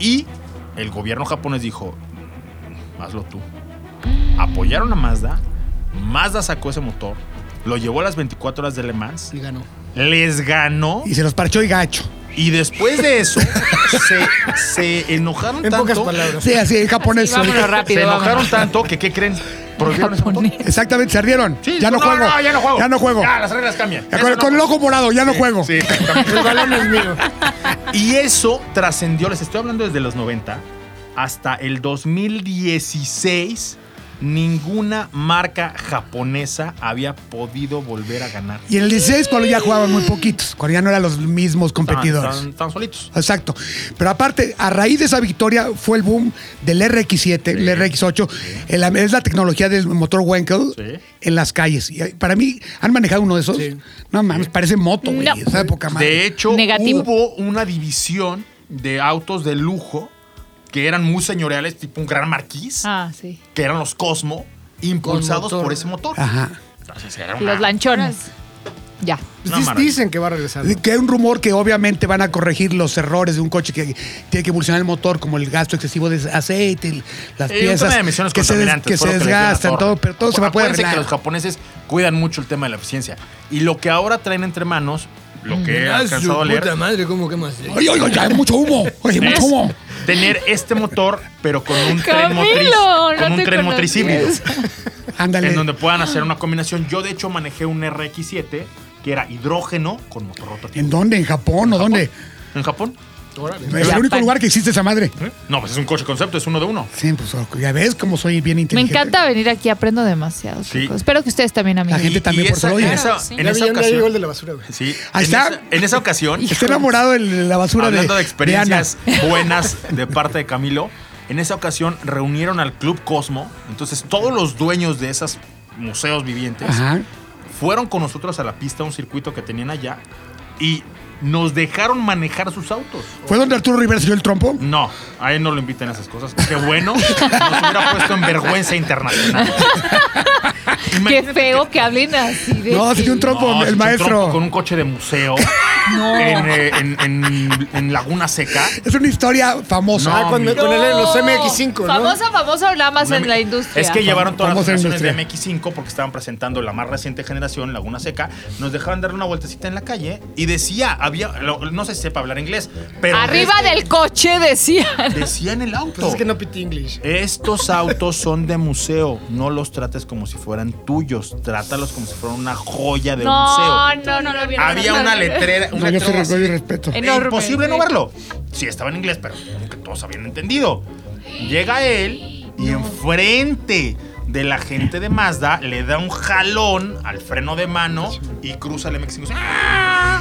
Y el gobierno japonés dijo, hazlo tú. Apoyaron a Mazda, Mazda sacó ese motor, lo llevó a las 24 horas de Le Mans, Y ganó. les ganó Y se los parchó y gacho. y después de eso se, se enojaron En tanto. pocas palabras. Sí, así, en japonés. Así, vámonos rápido. se enojaron vámonos. tanto que, ¿qué creen? Prohibieron ese motor. Exactamente, se ardieron. Sí, ya no, juego. ya no juego. Ya no juego. Ya, las reglas cambian. Ya con, Eso no con el ojo morado, ya no juego. Sí, exactamente. El balón es mío. Y eso trascendió, les estoy hablando desde los 90 hasta el 2016. Ninguna marca japonesa había podido volver a ganar. Y en el 16, cuando ya jugaban muy poquitos, cuando ya no eran los mismos competidores. Estaban- estaban solitos. Exacto. Pero aparte, a raíz de esa victoria fue el boom del RX7, el RX8. el- es la tecnología del motor Wankel Sí. en las calles. Y eh, para mí, ¿han manejado uno de esos? Sí. No mames, parece moto, güey. No. Esa época, madre. De hecho, Negativo. hubo una división de autos de lujo que eran muy señoriales, tipo un gran marquís, Ah, sí. que eran los Cosmo, impulsados motor. por ese motor. Ajá. Entonces era una- Los lanchones. Ya. Pues Una dis- maravilla. dicen que va a regresar. ¿no? Que hay un rumor que obviamente van a corregir los errores de un coche que tiene que evolucionar el motor, como el gasto excesivo de aceite, el- las Y un piezas tema de emisiones que se, des- contaminantes, que se fue lo les dio la desgastan, torre. todo, pero todo se va a poder Acuérdense que arreglar. los japoneses cuidan mucho el tema de la eficiencia. Y lo que ahora traen entre manos, lo que Mm. he Ah, su alcanzado a leer, puta madre, ¿cómo que más? Oye, oye, oye, hay mucho humo. Oye, es mucho humo. tener este motor, pero con un tren Camilo, motriz, no con un te tren motriz híbrido, conocías. Ándale. en donde puedan hacer una combinación. Yo, de hecho, manejé un RX7 que era hidrógeno con motor rotativo. ¿En dónde? ¿En Japón o dónde? ¿En Japón? Es el único lugar que existe esa madre. No, pues es un coche concepto, es uno de uno. Sí, pues ya ves cómo soy bien Me inteligente. encanta venir aquí, aprendo demasiado. Sí. chicos. Espero que ustedes también, amigos. La gente también por esa, eso lo en odia. esa, Sí. en Ya esa vi- ya llegó el ocasión. de la basura, güey. Sí, Ahí en está. esa- en esa ocasión, Está enamorado de la basura de, Hablando de, de experiencias Ana. buenas de parte de Camilo, en esa ocasión reunieron al Club Cosmo. Entonces, todos los dueños de esos museos vivientes Ajá. fueron con nosotros a la pista, a un circuito que tenían allá, y nos dejaron manejar sus autos. ¿Fue donde Arturo Rivera se dio el trompo? No, a él no lo invitan a esas cosas. Qué bueno, nos hubiera puesto en vergüenza internacional. Qué Imagínate feo que hablen así de. No, se dio un que- trompo, No, se el echó un trompo Con maestro. un coche de museo en, eh, en- en- en Laguna Seca. Es una historia famosa. No, Ah, cuando mi- con el de los No. MX5, ¿no? Famosa, famosa o la más en la industria. Es que llevaron todas las Vamos a la generaciones de MX5 porque estaban presentando la más reciente generación, Laguna Seca. Nos dejaban dar una vueltecita en la calle y decía, había, lo- no sé si sepa hablar inglés, pero. Arriba del coche decían. Decía en el auto. Pues es que no piti English. Estos autos son de museo. No los trates como si fueran tuyos. Trátalos como si fueran una joya de No, museo. no, no lo vieron. Había una letrera. No, Una yo se letrera así. recuerdo y respeto. Es Enorme. imposible no verlo. Sí, estaba en inglés, pero como que todos habían entendido. Llega él y enfrente de la gente de Mazda le da un jalón al freno de mano y cruza el MX5. ¡Ah!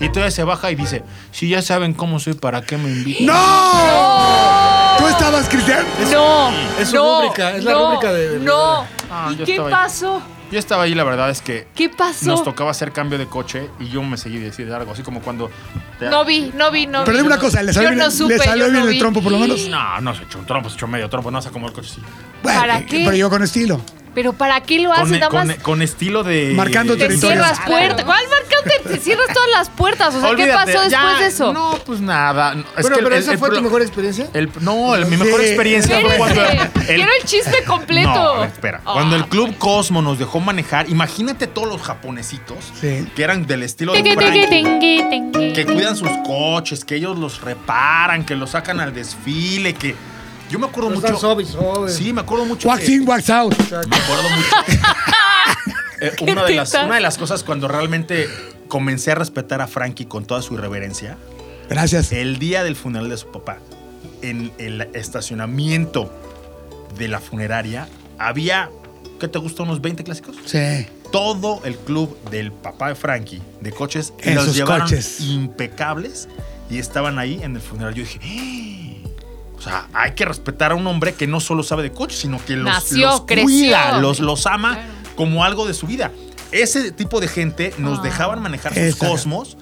Y entonces se baja y dice, si ya saben cómo soy, ¿para qué me invitan? ¡No! ¿Tú estabas, Cristian? No, Es su no, rúbrica, es la no, rúbrica de- No. Ah, ¿Y yo qué estaba ahí. pasó? Yo estaba ahí, la verdad es que ¿Qué pasó? nos tocaba hacer cambio de coche y yo me seguí de decir algo, así como cuando... te- No vi, no vi, no vi. Pero dime una cosa, ¿le salió Yo bien, no supe, le salió yo bien no el vi. trompo por lo menos? No, no se echó un trompo, se echó medio trompo, no se acomodó el coche así. ¿Para eh, qué? Pero yo con estilo. Pero ¿para qué lo haces? Con, e- Nada más con- con estilo de... Marcando te territorio. cierras puertas. ¿Cuál marcante? Te cierras todas las puertas. O sea, ¿qué Olvídate, pasó ya, después de eso? No, pues nada. no, es que Bueno, el- pero el- ¿esa el fue tu pro- mejor experiencia? el- no, el- mi mejor Sí. experiencia fue cuando. Espérense, Quiero el chisme completo. No, a ver, espera. Ah. Cuando el Club Cosmo nos dejó manejar, imagínate todos los japonesitos Sí. que eran del estilo de Tingui, tingui, Frankie, tingui, tingui. que cuidan sus coches, que ellos los reparan, que los sacan al desfile, que. Yo me acuerdo Están mucho. sobres, sobres. Sí, me acuerdo mucho. Wax que- in, wax out. me acuerdo mucho. Eh, una, de las, teta. una de las cosas cuando realmente comencé a respetar a Frankie con toda su irreverencia Gracias. el día del funeral de su papá, en el estacionamiento de la funeraria, había, ¿qué te gusta? Unos 20 clásicos. Sí. Todo el club del papá de Frankie de coches En los sus llevaron coches. impecables y estaban ahí en el funeral. Yo dije, "Eh". o sea, hay que respetar a un hombre que no solo sabe de coches, sino que los, Nació, los creció. cuida, los, los ama como algo de su vida. Ese tipo de gente Ah. nos dejaban manejar sus Esa. cosmos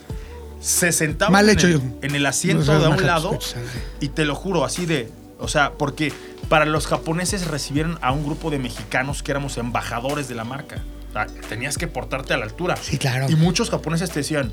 se sentaban Mal en, hecho, yo. el, en el asiento No sé, de no un sé, lado no sé. y te lo juro, así de, o sea, porque para los japoneses recibieron a un grupo de mexicanos que éramos embajadores de la marca. O sea, tenías que portarte a la altura. Sí, claro. Y muchos japoneses te decían,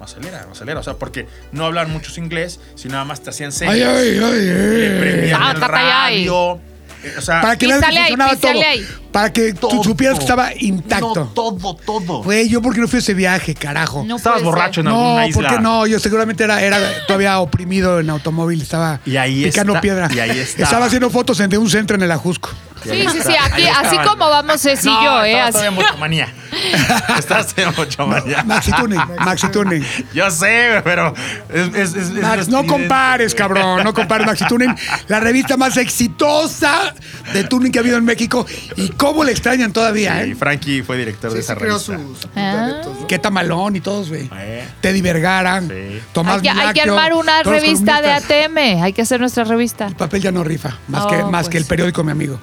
acelera, acelera, o sea, porque no hablan muchos inglés, sino nada más te hacían señas. Ay, ay, ay, te ay. prendían Ah, el tatayay. radio. Eh, O sea, Para que veas que Písale ahí, funcionaba písale todo. ahí. Para que tú todo. supieras que estaba intacto. No, todo, todo. Pues, Güey, yo porque no fui a ese viaje, carajo. No Estabas puede borracho ser. en No, alguna ¿por isla. qué no? Yo seguramente era, era todavía oprimido en automóvil, estaba Y ahí picando está- piedra. y ahí estaba. Estaba haciendo fotos en de un centro en el Ajusco. Sí, sí, sí. Aquí, así como vamos Ceci y No, yo, ¿eh? estabas Así. todavía en mochomanía. Estás en mochomanía. Maxi Tune, Maxi Tuning. Yo sé, güey, pero es, es- es- es Max, no estridente, compares, güey. cabrón, no compares Maxi Tuning, la revista más exitosa de tuning que ha habido en México y cómo le extrañan todavía, Y ¿eh? Frankie fue director de Sí, esa sí creó revista. sus, sus Ah. adeptos, ¿no? Qué tamalón y todos, güey. Eh. Teddy Vergara, Sí. Tomás Hay que, hay que Minacchio, armar una todos los revista de columnistas. ATM. Hay que hacer nuestra revista. El papel ya no rifa, más, que, Oh, más pues. que el periódico, mi amigo.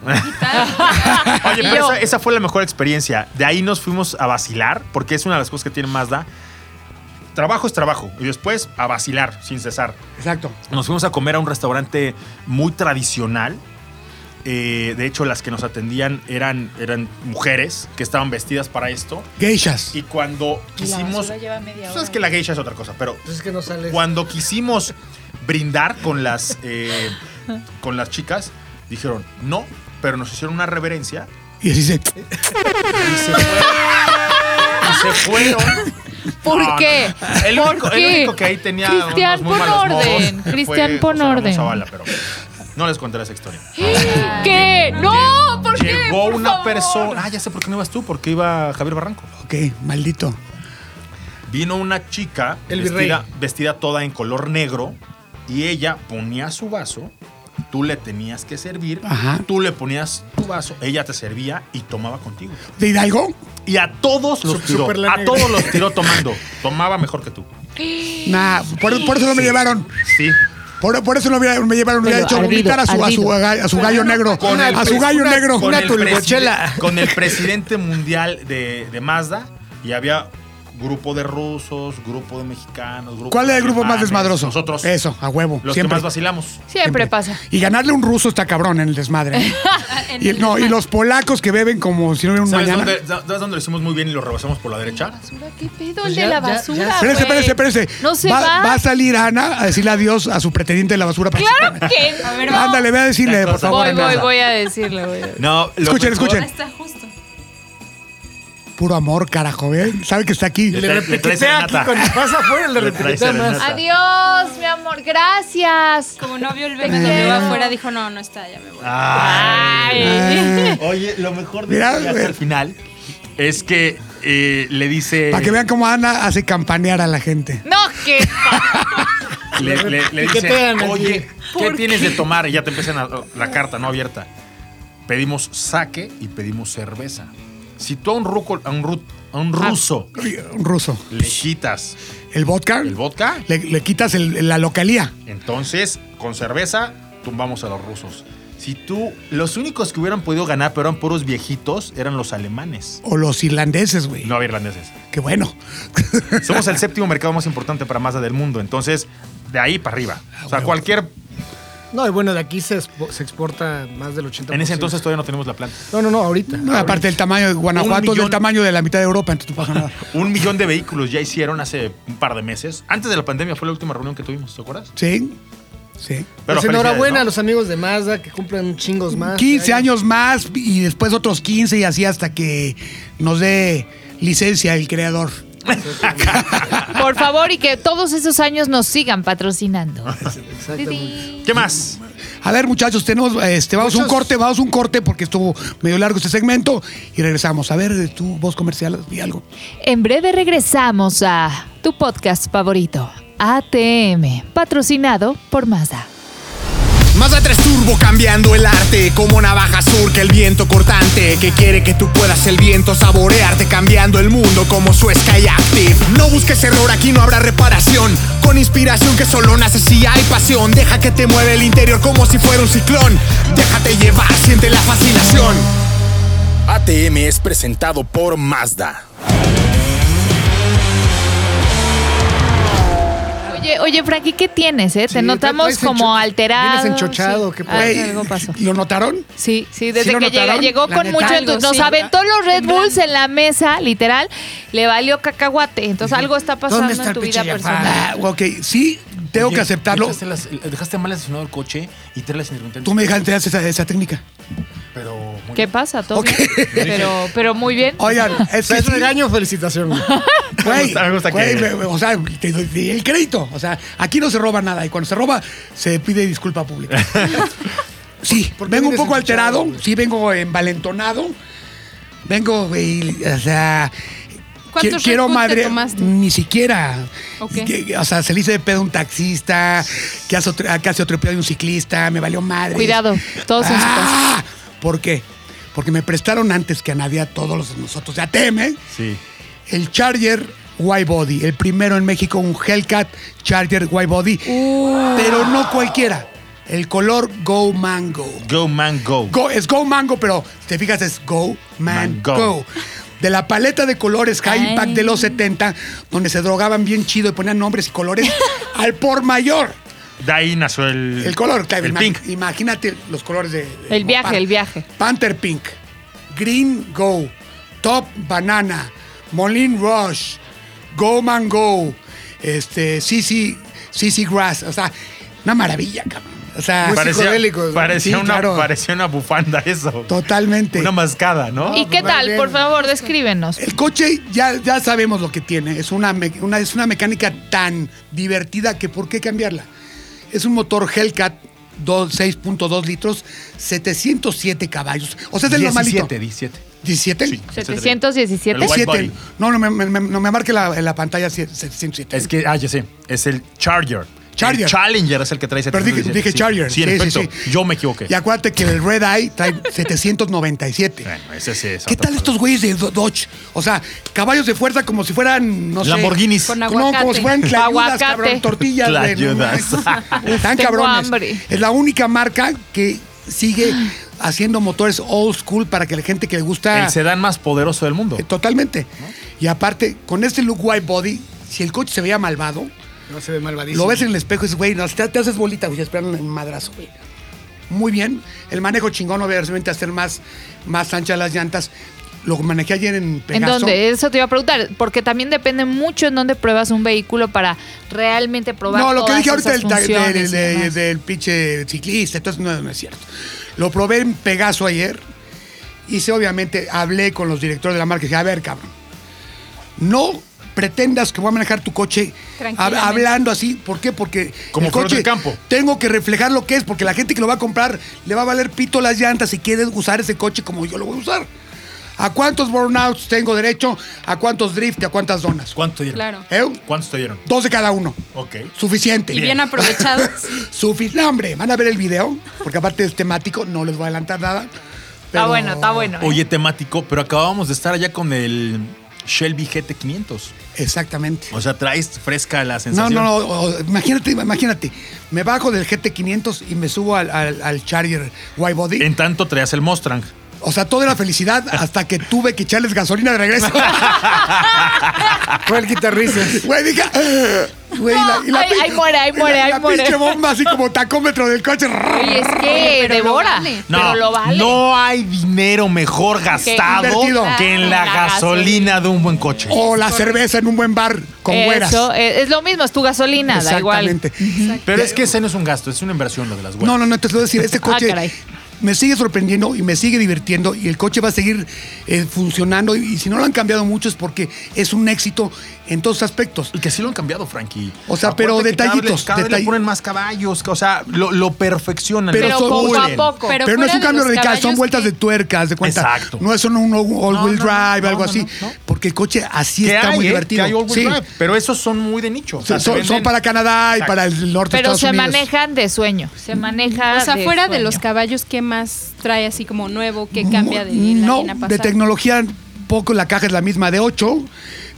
Oye, Y pero yo. esa, esa fue la mejor experiencia. De ahí nos fuimos a vacilar, porque es una de las cosas que tiene Mazda. trabajo es trabajo. Y después a vacilar sin cesar. Exacto. Nos fuimos a comer a un restaurante muy tradicional. Eh, de hecho, las que nos atendían eran, eran mujeres que estaban vestidas para esto. Geishas. Y cuando quisimos. lleva media Sabes que la geisha es otra cosa, pero Pues es que no sale. cuando quisimos brindar con las, eh, con las chicas, dijeron no, pero nos hicieron una reverencia Y así se. y se fueron. ¿Por No, no, qué? no. El, ¿Por único, el Ah, qué? único que ahí tenía. Cristian, unos muy pon malos modos orden. fue Cristian, pon José Ramón orden. Zavala, pero no les contaré esa historia. ¿Qué? No, ¿por qué? Llegó Por una favor. persona. Ah, ya sé por qué no ibas tú, porque iba Javier Barranco. Ok, maldito. Vino una chica El virrey. vestida, vestida toda en color negro y ella ponía su vaso, tú le tenías que servir, Ajá. tú le ponías tu vaso, ella te servía y tomaba contigo. ¿De Hidalgo? Y a todos los Sup- tiró, Superla a negra. todos los tiró tomando. Tomaba mejor que tú. Nah, por, por eso no me llevaron. Sí. Por, por eso no me, me llevaron. Me hubiera Pero hecho ardido, vomitar a su, a su, ga- a su gallo negro. el a su pres- gallo una- negro. con el tulcochela. preside- Con el presidente mundial de, de Mazda y había grupo de rusos, grupo de mexicanos. Grupo ¿Cuál es de el grupo más alemanes, desmadroso? Nosotros. Eso, a huevo. Los siempre. que más vacilamos. Siempre pasa. Y ganarle un ruso está cabrón en el desmadre. ¿eh? y, no, y los polacos que beben como si no hubiera un ¿Sabes mañana. dónde, ¿Sabes dónde lo hicimos muy bien y lo rebasamos por la derecha? basura? ¿Qué pedo? Pues el ya- de la ya- ya basura. sé. Espérese, güey. espérese, espérese. No se va, va. va a salir Ana a decirle adiós a su pretendiente de la basura. para- Claro que no. Ándale, ve a decirle, por favor. voy, Ana. voy, voy a decirle, voy a decirle. No, lo Escuchen, mejor- escuchen. Está justo. Puro amor, carajo, ¿eh? Sabe que está aquí. Le trae- le trae Repiquetea aquí serenata. con pasa afuera, le Le trae repiquetea más. serenata. Adiós, mi amor, gracias. Como no vio el bebé donde iba afuera, dijo, no, no está, ya me voy. Ah, Oye, lo mejor de Mira, eh, hasta güey. el final es que eh, le dice. para que vean cómo Ana hace campanear a la gente. No, que le, le- le dice, Piquetean aquí. oye, ¿qué tienes de tomar? Y ya te empiezan a- la carta no abierta. Pedimos saque y pedimos cerveza. Si tú a un, ruco, a un, ru- a un ruso Un ruso. le quitas ¿El vodka? el vodka, Le, le quitas el- la localía. entonces con cerveza tumbamos a los rusos. Si tú, los únicos que hubieran podido ganar, pero eran puros viejitos, eran los alemanes. O los irlandeses, güey. No había irlandeses. Qué bueno. Somos el séptimo mercado más importante para Mazda del mundo. Entonces, de ahí para arriba. O sea, cualquier. No, y bueno, de aquí se, expo- se exporta más del 80%. En ese entonces todavía no tenemos la planta. No, no, no, ahorita. No, aparte, el tamaño de Un Guanajuato es del millón. tamaño de la mitad de Europa, entonces no pasa nada. Un millón de vehículos ya hicieron hace un par de meses. Antes de la pandemia fue la última reunión que tuvimos, ¿te acuerdas? Sí, sí. Pero pues enhorabuena felicidades, a los amigos de Mazda que cumplen chingos más. 15 Ya, ya. años más y después otros 15 y así hasta que nos dé licencia el creador. por favor y que todos esos años nos sigan patrocinando. Exactamente. ¿no? ¿Qué más? A ver, muchachos, tenemos, este, vamos a un Muchos- corte, vamos a un corte porque estuvo medio largo este segmento y regresamos. A ver, tu voz comercial y algo. En breve regresamos a tu podcast favorito, ATM, patrocinado por Mazda. Más de tres turbo cambiando el arte, como navaja surca el viento cortante, que quiere que tú puedas el viento saborearte, cambiando el mundo como su Sky Active. No busques error, aquí no habrá reparación, con inspiración que solo nace si hay pasión, deja que te mueve el interior como si fuera un ciclón, déjate llevar, siente la fascinación. ATM es presentado por Mazda. Oye, oye, Frankie, ¿qué tienes? Eh? Te Sí, notamos traes encho- como alterado. vienes enchochado, sí. ¿qué Ay, Güey, algo pasó. ¿Lo notaron? Sí, sí, ¿Sí desde lo que llega, notaron? llegó La con neta. mucho Algo, entusiasmo. Nos sí. aventó los Red Bulls en la mesa, literal. Le valió cacahuate. Entonces algo está pasando ¿Dónde está en el tu vida pinche personal. Ah, ok, sí, tengo que aceptarlo. Dejaste, eh, las- dejaste mal estacionado el coche y traes las intermitentes. Tú me dejaste hacer esa, esa técnica. Pero. ¿Qué pasa? ¿Todo Ok. bien? Pero, pero muy bien. Oigan, es que Pues ¿Sabes sí, regaño? Felicitación. güey, Me gusta- me gusta que- güey, me- me- O sea, te doy- te doy el crédito. O sea, aquí no se roba nada y cuando se roba se pide disculpa pública. Sí, ¿Por qué vengo un vienes poco enchuchado, alterado, güey? sí, vengo envalentonado. Vengo, güey, o sea, ¿Cuántos qui- quiero Red Bull te madre, Mm. tomaste? ni siquiera. Ok. Que- o sea, se le hice de pedo a un taxista, que hace otro, que hace otro pedo a un ciclista, me valió madre. Cuidado, todos en su Ah, ¿Por qué? Porque me prestaron antes que a nadie, a todos los- nosotros de ATM, Sí. el Charger White Body, el primero en México, un Hellcat Charger White Body, pero no cualquiera, el color Go Mango. Go Man Go. Go- es Go Mango, pero si te fijas es Go Man, Man, go. Go. de la paleta de colores High Ay. Impact de los 70, donde se drogaban bien chido y ponían nombres y colores al por mayor. De ahí nació el. El color, claro, El ima- pink. Imagínate los colores de. de- El viaje, el viaje. Panther Pink, Green Go, Top Banana, Moline Rush, Go Man Go, este, CC, CC Grass. O sea, una maravilla, cabrón. O sea, Muy Parecía, psicodélicos, ¿no? Sí, parecía una, claro. parecía una bufanda eso. totalmente. Una mascada, Ah, ¿no? ¿Y qué pues, tal? bien. Por favor, descríbenos. El coche ya, ya sabemos lo que tiene. Es una, me- una- es una mecánica tan divertida que ¿por qué cambiarla? Es un motor Hellcat dos- 6.2 litros, 707 caballos. O sea, es el normalito. 17, 17. ¿17? Sí. 717. El white Siete. body. No, no me, me- me- no me marque la, la pantalla 707. Es que, ah, ya sé, es el Charger. Charger. El Challenger es el que trae Pero dije, 717, dije sí. Charger. Sí, en Sí, sí, efecto. sí. Yo me equivoqué. Y acuérdate que el Red Eye trae 797. Bueno, ese sí es ¿Qué tal otra cosa. estos güeyes de Do- Dodge? O sea, caballos de fuerza como si fueran, no sé. Lamborghinis. Con No, aguacate. como si fueran tlayudas, Aguacate. cabrón, tortillas. de- Tlayudas. Están Tengo cabrones. hambre. Es la única marca que sigue haciendo motores old school para que la gente que le gusta... El sedán más poderoso del mundo. Eh, Totalmente. Y aparte, con este look white body, si el coche se veía malvado, No se ve malvadísimo. lo ves en el espejo y dices, güey, no, te, te haces bolita, güey, esperando el madrazo, güey. Muy bien. El manejo chingón, obviamente, hacer más, más anchas las llantas. Lo manejé ayer en ¿En Pegaso. dónde? Eso te iba a preguntar, porque también depende mucho en dónde pruebas un vehículo para realmente probar. No, lo que todas dije ahorita esas del, ta- del- funciones y del- demás. del pinche ciclista, entonces no, no es cierto. Lo probé en Pegaso ayer. Hice, obviamente, hablé con los directores de la marca y dije, a ver, cabrón, no pretendas que voy a manejar tu coche hab- Tranquilamente. hablando así. ¿Por qué? Porque Como el flor coche del campo. tengo que reflejar lo que es, porque la gente que lo va a comprar le va a valer pito las llantas si quiere usar ese coche como yo lo voy a usar. ¿A cuántos burnouts tengo derecho? ¿A cuántos drift? y ¿A cuántas donas? ¿Cuántos dieron? Claro. ¿Eh? ¿Cuántos te dieron? Dos de cada uno. Ok. Suficiente. Y bien aprovechados. Suficiente. No, hombre, van a ver el video, porque aparte es temático, no les voy a adelantar nada. Está bueno, está bueno. ¿eh? Oye, temático, pero acabábamos de estar allá con el Shelby GT500. Exactamente. O sea, traes fresca la No, sensación. no, no, o- o- imagínate, imagínate. Me bajo del GT500 y me subo al, al- al Charger White Body. En tanto traías el Mustang. O sea, toda la felicidad hasta que tuve que echarles gasolina de regreso. Fue el guitarrista. Güey, dije, güey, y la, y la Ay, pin- ahí muere, ahí y la- muere, y ahí la muere. pinche bomba así como tacómetro del coche. Oye, es Oye, que pero lo devora. vale. No, pero lo vale. no hay dinero mejor gastado invertido. que en la, La gasolina de un buen coche. O la cerveza en un buen bar con güeras. Eso, eh, es lo mismo, es tu gasolina, da igual. Exactamente. Pero es que ese no es un gasto, es una inversión lo de las No, buenas. no, no, te lo voy a decir, este coche Ah, caray. me sigue sorprendiendo y me sigue divirtiendo y el coche va a seguir eh, funcionando y, y si no lo han cambiado mucho es porque es un éxito en todos aspectos. Y que sí lo han cambiado, Frankie. O sea, Acuérdate pero que cada vez- detallitos, Cada, vez detall- le ponen más caballos, o sea, lo, lo perfeccionan. Pero lo Pero son- poco a pulen. poco. Pero- Pero no es fuera un de cambio los radical, son caballos vueltas de que- tuercas, de cuenta. Exacto. No es un un all-wheel No, no, drive, no, algo no, así, no, no. porque el coche así Que está hay, muy ¿eh? divertido. Que hay all-wheel Sí. drive, pero esos son muy de nicho. O sea, Son, se son venden- para Canadá y Exacto. para el norte de Pero Estados se Unidos. manejan de sueño. Se maneja. O sea, fuera de los sueño. caballos, ¿qué más trae así como nuevo? ¿Qué cambia de la Mm, No, línea de pasada? tecnología poco, la caja es la misma de 8,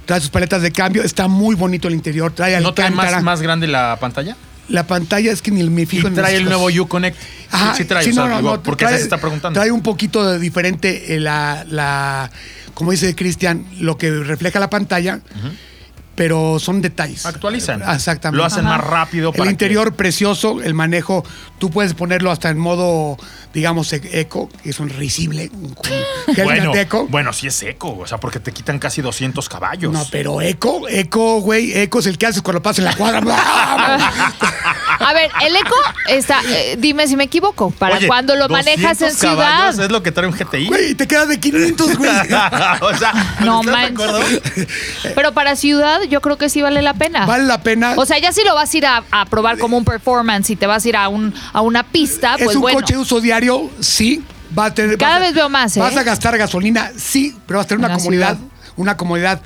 trae sus paletas de cambio, está muy bonito el interior, trae ¿No trae alcántara. más, más grande la pantalla? La pantalla es que ni me Y fijo en trae las el cosas. nuevo Uconnect. Ajá, sí trae, sí, o sea, no, no, digo, no, porque trae- se está preguntando. Trae un poquito de diferente eh, la, la- como dice Cristian, lo que refleja la pantalla, pero son detalles. Actualizan. Exactamente. Lo hacen Ajá. más rápido. para El que- interior precioso, el manejo, tú puedes ponerlo hasta en modo, digamos, e- eco, que es un risible, un, un Bueno, Hellcat eco. bueno, sí es seco, o sea, porque te quitan casi 200 caballos. No, pero eco, eco, güey, eco es el que haces cuando pasas en la cuadra. A ver, el eco está. eh, dime si me equivoco. Para Oye, cuando lo manejas en 200 caballos ciudad. Es lo que trae un GTI. Güey, te quedas de 500, güey. o sea, No ¿estás de manches. acuerdo? Pero para ciudad, yo creo que sí vale la pena. Vale la pena. O sea, ya si lo vas a ir a, a probar como un performance y te vas a ir a, un, a una pista, es pues un bueno. coche de uso diario, sí. Va a tener, Cada vas a- vez veo más, ¿eh? Vas a gastar gasolina, sí, pero vas a tener En una la comodidad. ciudad. Una comodidad.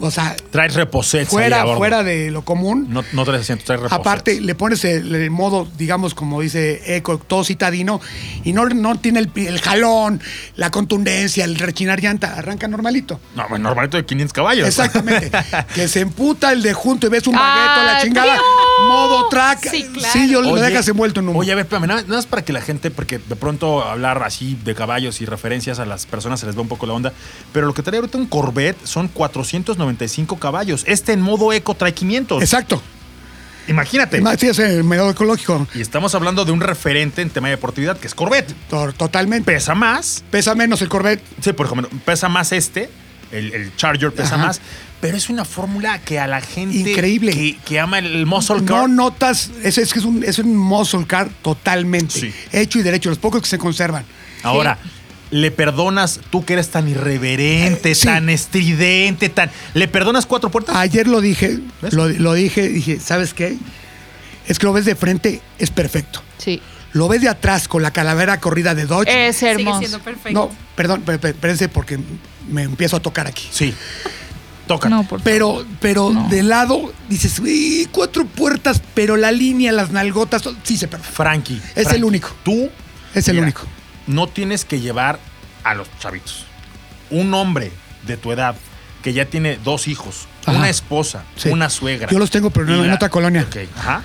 O sea, Trae reposets. ahí a fuera, bordo. fuera de lo común. No, no trae asiento, trae reposets. Aparte, le pones el, el modo, digamos, como dice Eco, todo citadino, y no, no tiene el, pi- el jalón, la contundencia, el rechinar llanta, arranca normalito. No, bueno, normalito de 500 caballos. Exactamente. que se emputa el de junto y ves un Ah, bagueto, la chingada. tío. Modo track. Sí, claro. Sí, yo lo Oye, dejas envuelto en humo. Oye, a ver, espérame, nada nada más para que la gente, porque de pronto hablar así de caballos y referencias a las personas se les va un poco la onda, pero lo que trae ahorita un Corvette son 495 caballos. Este en modo eco trae 500. Exacto. Imagínate. Más, sí, es el medio ecológico. Y estamos hablando de un referente en tema de deportividad, que es Corvette. To- Totalmente. Pesa más. Pesa menos el Corvette. Sí, por ejemplo, pesa más este. El, el Charger pesa Ajá. más. Pero es una fórmula que a la gente Increíble. que, que ama el muscle No car. notas, es, es que es un, es un muscle car totalmente. Sí. Hecho y derecho, los pocos que se conservan. Ahora, ¿le perdonas tú que eres tan irreverente, Eh, sí. Ah. tan estridente, tan. ¿Le perdonas cuatro puertas? Ayer lo dije, Ah. ¿Ves? lo, lo dije, dije, ¿sabes qué? Es que lo ves de frente, es perfecto. Sí. Lo ves de atrás con la calavera corrida de Dodge. Es Sigue hermoso. siendo perfecto. no, perdón, pe- pe- espérense porque me empiezo a tocar aquí. Sí. Toca. No, por Pero, pero de lado dices, "Uy, cuatro puertas, pero la línea, las nalgotas, todo- sí se perfecto. Frankie. Es el Frankie, único. Tú Es el Mira, único. No tienes que llevar a los chavitos. Un hombre de tu edad que ya tiene dos hijos, Ajá. una esposa, Sí. una suegra. Yo los tengo, pero no- y en otra colonia. Ok, ajá.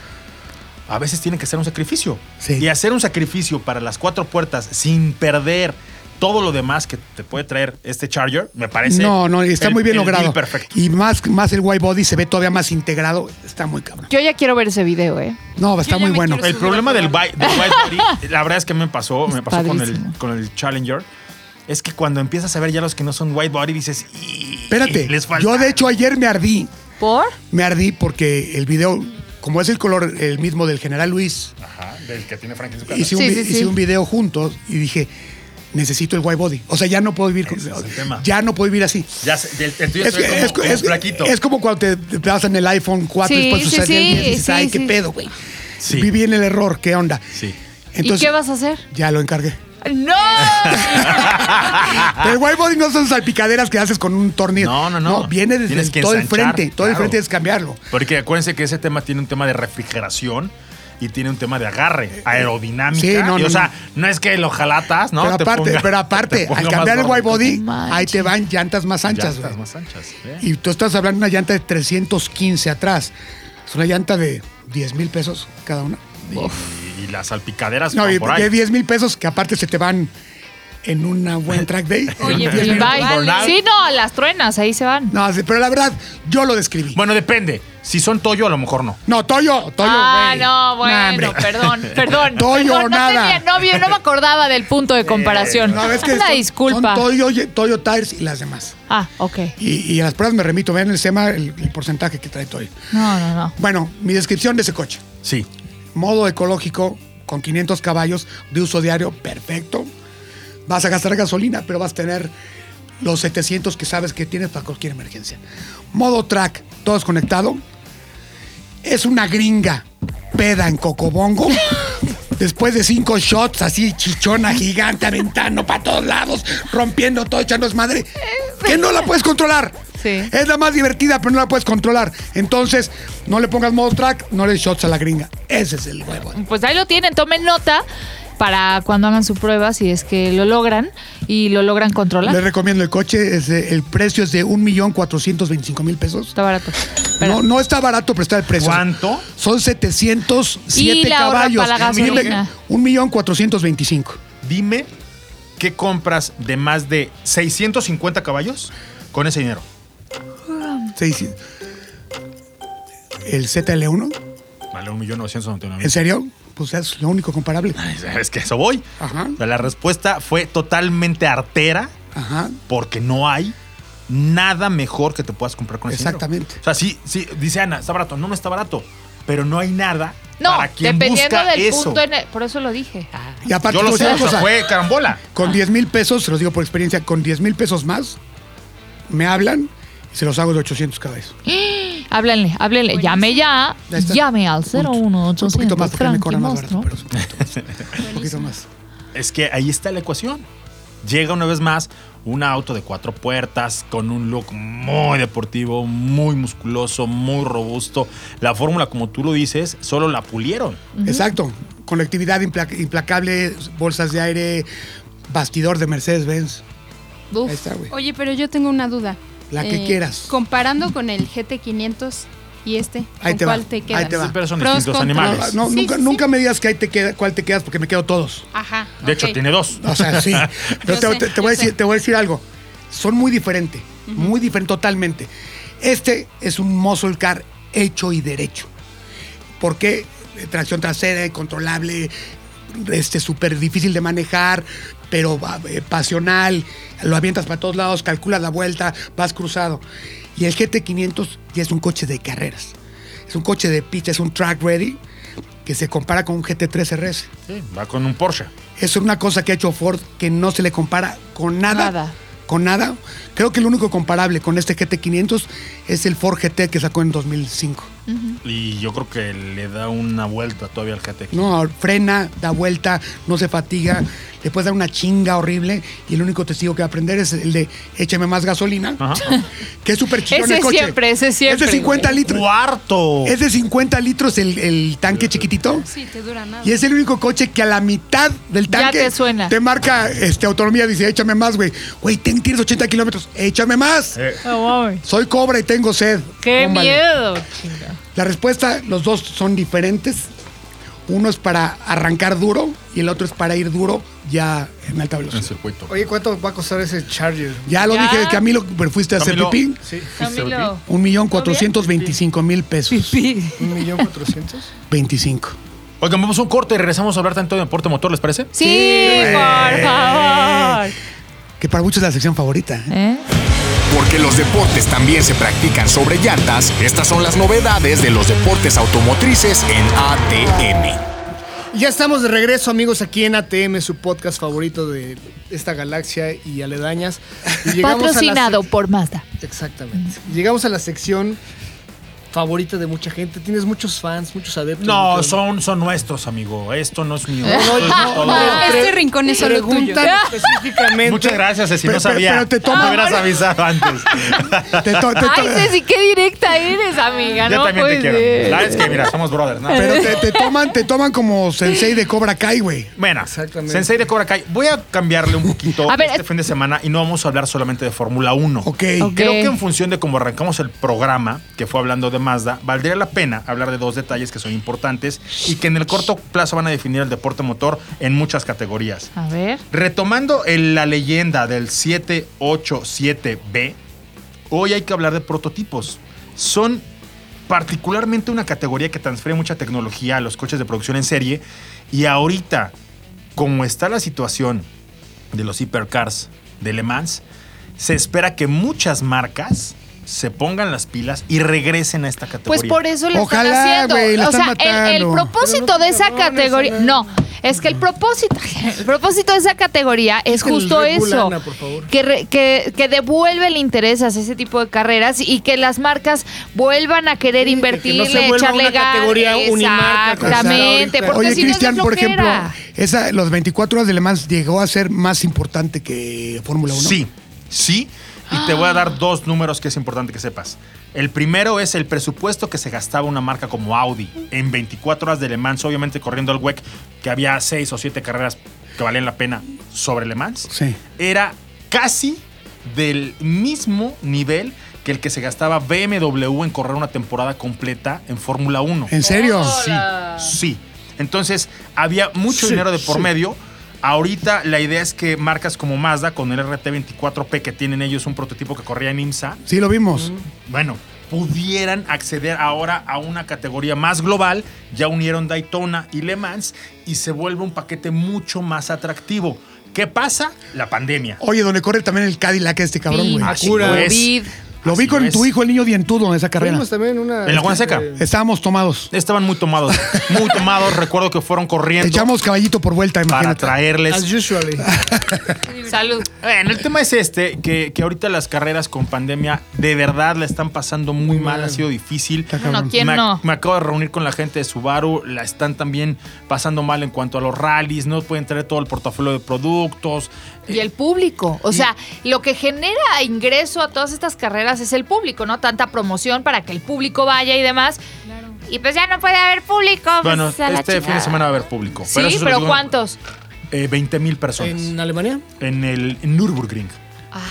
A veces tienen que hacer un sacrificio. Sí. Y hacer un sacrificio para las cuatro puertas sin perder todo lo demás que te puede traer este Charger, me parece. No, no, está el- muy bien el deal logrado. Perfecto. Y más, más el white body se ve todavía más integrado. Está muy cabrón. Yo ya quiero ver ese video, ¿eh? No, está Yo ya muy me bueno. quiero El problema del, bi- del white body, la verdad es que me pasó, Es me pasó con el, padrísimo. con el Challenger. Es que cuando empiezas a ver ya los que no son white body, dices, "Y- Espérate, les falta". yo de hecho ayer me ardí. ¿Por? Me ardí porque el video, como es el color el mismo del general Luis, Ajá, del que tiene Frank en su casa. hice un, Sí, vi- sí, sí. hice un video juntos y dije, necesito el white body. O sea, ya no puedo vivir con, Ese es el tema. Ya no puedo vivir así. Ya sé, el, el tuyo Es, se ve que- como- es- como es- flaquito. es como cuando te, te das en el iPhone 4 Sí, y después sí, sucede el sí, 10 y dices, sí, ay, qué sí. pedo, güey. Sí. Viví en el error, ¿qué onda? Sí. ¿Y qué vas a hacer? Ya lo encargué. ¡No! Pero el white body no son salpicaderas que haces con un tornillo. No, no, no. viene desde Tienes el- que todo el ensanchar, frente. Todo el claro. frente es cambiarlo. Porque acuérdense que ese tema tiene un tema de refrigeración y tiene un tema de agarre, aerodinámica. Eh, Sí, no, Y, no, o sea, no. es que lo jalatas, ¿no? pero Te aparte, ponga- pero te aparte ponga al más cambiar el gordo. white body, No manches. ahí te van llantas más anchas. Llantas güey. más anchas. ¿eh? Y tú estás hablando de una llanta de 315 atrás. Es una llanta de 10 mil pesos cada una. Y, y las salpicaderas No, van y por ahí. de 10 mil pesos que aparte se te van en una buen track day. Oye, Oye, pero Y pues, bye. Burnout. Sí, no, las truenas, ahí se van. No, sí, pero la verdad, yo lo describí. Bueno, depende. Si son Toyo, a lo mejor no. No, Toyo, Toyo. ah, güey. no, Nah, bueno, hombre. perdón, perdón. Toyo, Perdón, no nada. tenía novio, no me acordaba del punto de comparación. Eh, No, es que Una son- disculpa. Son Toyo, ye- Toyo Tires y las demás. ah, ok. Y, y a las pruebas me remito, vean el SEMA, el, el porcentaje que trae Toyo. No, no, no. Bueno, mi descripción de ese coche. Sí. Modo ecológico, con 500 caballos, de uso diario, perfecto. Vas a gastar gasolina, pero vas a tener los 700 que sabes que tienes para cualquier emergencia. Modo track, todo es conectado. Es una gringa peda en Cocobongo. Después de cinco shots, así chichona, gigante, aventando para todos lados, rompiendo todo, echándonos madre. Que no la puedes controlar. Sí. Es la más divertida, pero no la puedes controlar. Entonces, no le pongas modo track, no le des shots a la gringa. Ese es el huevo. Pues ahí lo tienen, tomen nota para cuando hagan su prueba, si es que lo logran y lo logran Les controlar. recomiendo el coche. es de- el precio es de 1.425.000 pesos. Está barato. Pero- No, no está barato, pero está el precio. ¿Cuánto? Son 707 Y la ahorra caballos. para la Un millón de- gasolina. Un millón 425. Dime qué compras de más de 650 caballos con ese dinero. Seis- El ZL1, Vale, 1.999.000. ¿en serio? Pues es lo único comparable. Es que a eso voy. Ajá. O sea, La respuesta fue totalmente artera Ajá. porque no hay nada mejor que te puedas comprar con ese dinero. Exactamente. O sea, sí, sí, dice Ana, está barato. No, no está barato. Pero no hay nada No, para quien dependiendo busca del eso. punto en el- Por eso lo dije. Ah. Y aparte, Yo lo te voy sé, a o decir una sea, cosa. fue carambola. con 10 mil pesos, se los digo por experiencia, con 10 mil pesos más, me hablan y se los hago de 800 cada vez. Háblenle, háblenle. Llame ya. Ya está. Llame al 01800. Un poquito más porque me Frankie cobran más barato, Monstruo. pero es un poquito más. Un poquito más. Es que ahí está la ecuación. Llega una vez más un auto de cuatro puertas con un look muy deportivo, muy musculoso, muy robusto. La fórmula, como tú lo dices, solo la pulieron. Exacto. Conectividad impla- implacable, bolsas de aire, bastidor de Mercedes-Benz. Uf. Ahí está, güey. Oye, pero yo tengo una duda. Eh, La que quieras. Comparando con el GT500, ¿Y este? Ahí ¿Con te va, cuál te ahí quedas? te va. Pero son Pros, distintos contras. animales. No, Sí, nunca, sí, sí. nunca me digas que ahí te queda, cuál te quedas porque me quedo todos. Ajá. De hecho, ok. tiene dos. O sea, sí. Pero Yo te, sé, te- te voy a yo sé. decir, te voy a decir algo. Son muy diferentes. Muy diferentes totalmente. Este es un muscle car hecho y derecho. Porque tracción trasera, controlable, este súper difícil de manejar, pero va- eh, pasional. Lo avientas para todos lados, calculas la vuelta, vas cruzado. Y el GT500 ya es un coche de carreras. Es un coche de pista, es un track ready que se compara con un GT3 RS. Sí, va con un Porsche. Es una cosa que ha hecho Ford que no se le compara con nada. Nada. Con nada. Creo que el único comparable con este GT500 es el Ford GT que sacó en 2005. Y yo creo que le da una vuelta todavía al GTX. No, frena, da vuelta, no se fatiga, le puedes dar una chinga horrible y el único testigo que va a aprender es el de échame más gasolina, Ajá. que es súper chillón Ese el coche. siempre, ese siempre, Es de 50 güey. litros. ¡Cuarto! Es de 50 litros el, el tanque chiquitito. Sí, te dura nada. Y es el único coche que a la mitad del Ya tanque te suena. marca este, autonomía, dice, échame más, güey. Güey, ten- tienes 80 kilómetros, échame más. No mames. Soy cobre y tengo sed. Ah, ¡Qué Tómbale. miedo! chinga. La respuesta, los dos son diferentes. Uno es para arrancar duro y el otro es para ir duro ya en alta En velocidad. circuito. Oye, ¿cuánto va a costar ese Charger? Ya lo Ya. dije, Camilo, pero fuiste a hacer Camilo. pipí. Sí, Camilo. Un millón cuatrocientos veinticinco mil pesos. un millón cuatrocientos. 25. Oigan, vamos a un corte y regresamos a hablar tanto de deporte motor, ¿les parece? Sí, Eh. por favor. Que para muchos es la sección favorita. ¿eh? ¿Eh? Porque los deportes también se practican sobre llantas, estas son las novedades de los deportes automotrices en ATM. Ya estamos de regreso, amigos, aquí en ATM, su podcast favorito de esta galaxia y aledañas. Y llegamos a la Patrocinado por Mazda. sec- Exactamente. Mm. Llegamos a la sección favorita de mucha gente. Tienes muchos fans, muchos adeptos. No, Mucho- son, son nuestros, amigo. Esto no es mío. No, no, no. Este Pre- rincón es solo tuyo. Preguntan específicamente. Muchas gracias, Ceci. No Pero- sabía. pero te tomo- Me hubieras avisado antes. Te to- te to- Ay, Ceci, qué directa eres, amiga. Yo Ah, no también te puede quiero. ser. La verdad es que, mira, somos brothers, ¿no? pero te, te toman, te toman como sensei de Cobra Kai, güey. Bueno, Exactamente. Sensei de Cobra Kai. Voy a cambiarle un poquito A ver, este eh. fin de semana y no vamos a hablar solamente de Fórmula 1. Ok. Ok. Creo que en función de cómo arrancamos el programa, que fue hablando de Mazda, valdría la pena hablar de dos detalles que son importantes y que en el corto plazo van a definir el deporte motor en muchas categorías. A ver. Retomando el- la leyenda del 787B, hoy hay que hablar de prototipos. Son particularmente una categoría que transfiere mucha tecnología a los coches de producción en serie y ahorita, como está la situación de los hipercars de Le Mans, se espera que muchas marcas se pongan las pilas y regresen a esta categoría. Pues por eso lo Ojalá, están haciendo. güey, la o sea, están el- el, matando. propósito de esa categoría. No, es que el propósito, el propósito de esa categoría es Quiten el justo Red Bull, eso. Ana, por favor. Que, re- que, que devuelve el interés hacia ese tipo de carreras y que las marcas vuelvan a querer Sí, que no se invertirle, vuelva echarle una ganas. categoría unimarca, como está Exactamente. ahorita. Porque Oye, si no es de Cristian, por ejemplo, flojera. esa, los 24 horas de Le Mans llegó a ser más importante que Fórmula 1. Sí, sí. Y te voy a dar dos números que es importante que sepas. El primero es el presupuesto que se gastaba una marca como Audi en 24 horas de Le Mans, obviamente corriendo al WEC, que había seis o siete carreras que valían la pena sobre Le Mans. Sí. Era casi del mismo nivel que el que se gastaba BMW en correr una temporada completa en Fórmula 1. ¿En serio? Sí, sí. Entonces, había mucho dinero de por medio. Ahorita la idea es que marcas como Mazda con el RT24P que tienen ellos un prototipo que corría en IMSA, Sí, lo vimos. bueno, pudieran acceder ahora a una categoría más global, ya unieron Daytona y Le Mans y se vuelve un paquete mucho más atractivo. ¿Qué pasa? La pandemia. Oye, donde corre también el Cadillac este cabrón, güey. Así cura. lo es. Vid. Lo vi así con lo es. tu hijo, el niño dientudo, en esa carrera. Tuvimos también una. En la Juana Seca. este, Estábamos tomados. Estaban muy tomados, muy tomados. Recuerdo que fueron corriendo Echamos caballito por vuelta, para imagínate. traerles As usually. Salud. Bueno, el tema es este, que, que ahorita las carreras con pandemia de verdad la están pasando muy mal, ha sido difícil. Bueno, ¿quién me, no? me acabo de reunir con la gente de Subaru, la están también pasando mal en cuanto a los rallies, no pueden traer todo el portafolio de productos. Y el público. O sea, lo que genera ingreso a todas estas carreras es el público, ¿no? Tanta promoción para que el público vaya y demás. Y pues ya no puede haber público. pues, Bueno, a la este fin de chingada. semana va a haber público. Sí, eso se pero, los digo- ¿cuántos? Eh, 20 mil personas en, ¿En Alemania? el en Nürburgring,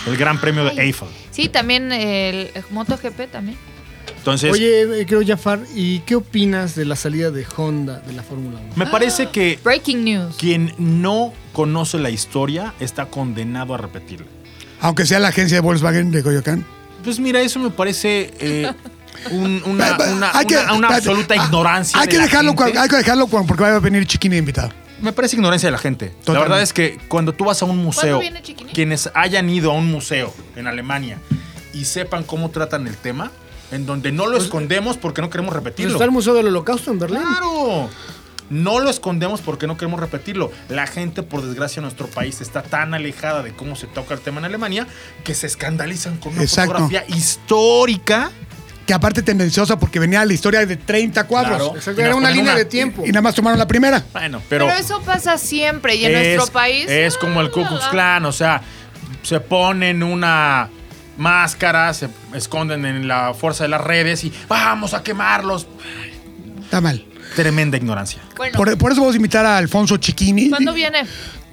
el gran premio de Eiffel. Sí, también el, el MotoGP también. Entonces, Oye, eh, creo Jafar, ¿y qué opinas de la salida de Honda de la Fórmula 1? me parece que Breaking news. quien no conoce la historia está condenado a repetirla. Aunque sea la agencia de Volkswagen de Coyoacán. Pues mira, eso me parece eh, un- una, Hay- una- hay que- una- una espérate, absoluta ah, ignorancia. Hay de que la dejarlo, gente. cuan- hay que dejarlo cuan- porque va a venir Chiquini invitado. Me parece ignorancia de la gente. La Totalmente. verdad es que cuando tú vas a un museo, viene Chiquini? quienes hayan ido a un museo en Alemania y sepan cómo tratan el tema, en donde no lo Pues, escondemos porque no queremos Pues repetirlo. Está el Museo del Holocausto en Berlín. ¡Claro! No lo escondemos porque no queremos repetirlo. La gente, por desgracia, en nuestro país está tan alejada de cómo se toca el tema en Alemania que se escandalizan con una Exacto. fotografía histórica. Que aparte tendenciosa porque venía la historia de 30 cuadros. Claro. Exacto, Y era nos una ponen línea una- de tiempo. Y nada más tomaron la primera. Bueno, pero. Pero, eso pasa siempre y en es- nuestro país. mm, Es como el Ku Klux Klan, o sea, se ponen una máscara, se esconden en la fuerza de las redes y vamos a quemarlos. Está mal. Tremenda ignorancia. Bueno, Por, por eso vamos a invitar a Alfonso Chiquini. ¿cuándo viene?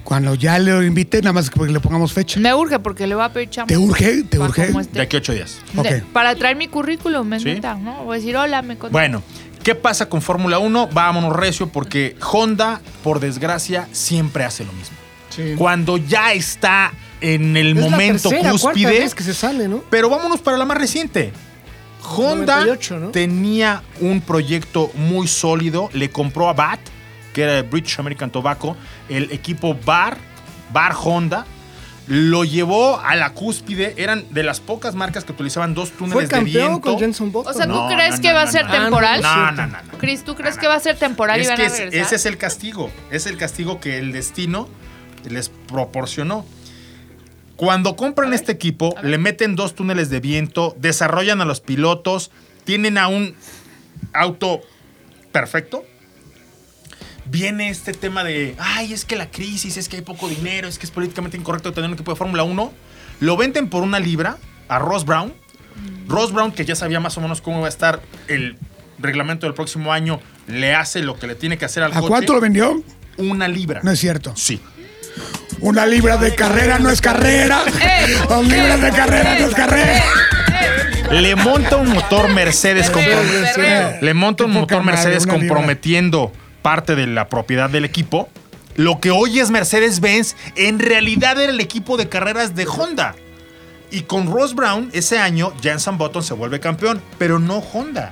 Cuando ya le invite, nada más que le pongamos fecha. Me urge porque le voy a pedir chamba. ¿Te urge? ¿Te Para urge? como esté. De aquí a ocho días. Ok. De- Para traer mi currículum, me Sí. ¿no? Voy a decir, hola, me contó. Bueno, ¿qué pasa con Fórmula 1? Vámonos recio porque Honda, por desgracia, siempre hace lo mismo. Sí. Cuando ya está en el Es la momento tercera, cuarta cúspide, vez que se sale, ¿no? Pero vámonos para la más reciente. Honda 98, ¿no? tenía un proyecto muy sólido. Le compró a BAT, que era el British American Tobacco, el equipo Bar, Bar Honda. Lo llevó a la cúspide. Eran de las pocas marcas que utilizaban dos Fue túneles de campeón viento. con Jenson Button. O sea, ¿tú No, crees no, que no, va a no, ser no. temporal? No, no, no, no. Chris, ¿tú crees que va a ser temporal y Es van que a es- regresar? ese es el castigo. Es el castigo que el destino les proporcionó. Cuando compran este equipo, le meten dos túneles de viento, desarrollan a los pilotos, tienen a un auto perfecto. Viene este tema de, ay, es que la crisis, es que hay poco dinero, es que es políticamente incorrecto tener un equipo de Fórmula 1. Lo venden por una libra a Ross Brown. Ross Brown, que ya sabía más o menos cómo va a estar el reglamento del próximo año, le hace lo que le tiene que hacer al ¿A coche. cuánto lo vendió? Una libra. No es cierto. Sí. Una libra de carrera no es carrera. Eh, Dos libras de carrera no es carrera. Le monta un motor Mercedes Perreo, compro- perreo. Le monta un Qué motor poca madre, Mercedes una libra. comprometiendo parte de la propiedad del equipo. Lo que hoy es Mercedes-Benz en realidad era el equipo de carreras de Honda. Y con Ross Brown ese año Jenson Button se vuelve campeón, pero no Honda.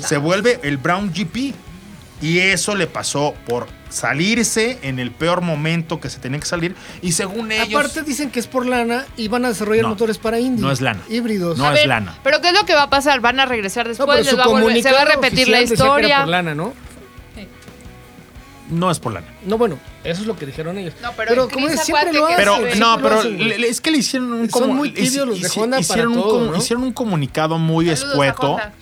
Se vuelve el Brown GP. Y eso le pasó por salirse en el peor momento que se tenía que salir. Y según ellos... Aparte dicen que es por lana y van a desarrollar No, motores para Indy. no es lana. Híbridos. No A es ver, lana. Pero ¿qué es lo que va a pasar? ¿Van a regresar No, después? pero ¿Les va a volver- ¿Se va a comunicado repetir la oficial decía que era historia? por lana, ¿no? no es por lana. No, bueno, eso es lo que dijeron ellos. No, pero el como Chris es, siempre Acuate lo que- hacen. Pero Sí, no, siempre pero lo hacen. le- le- es que le hicieron un Son como- muy tibios los de hici- Honda para hicieron un todo, como- ¿no? hicieron un comunicado muy Saludos a escueto Honda.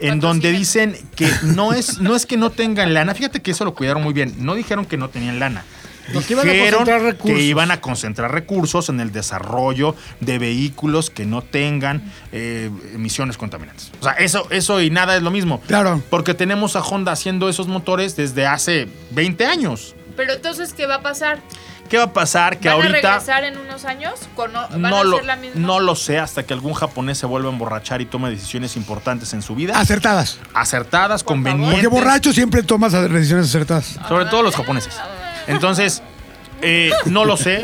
en donde dicen que no es no es que no tengan lana. Fíjate que eso lo cuidaron muy bien. No dijeron que no tenían lana. No, que iban a Dijeron concentrar recursos. que iban a concentrar recursos en el desarrollo de vehículos que no tengan eh, emisiones contaminantes. O sea, eso, eso y nada es lo mismo. Claro. Porque tenemos a Honda haciendo esos motores desde hace 20 años. Pero entonces, ¿qué va a pasar? ¿Qué va a pasar? Que ¿Van a ahorita. regresar en unos años? ¿Con- no- ¿Van a No lo, hacer la misma? no lo sé hasta que algún japonés se vuelva a emborrachar y tome decisiones importantes en su vida. Acertadas. Acertadas, convenientes. Porque borracho siempre tomas decisiones acertadas. Sobre todo los japoneses. Entonces, eh, no lo sé.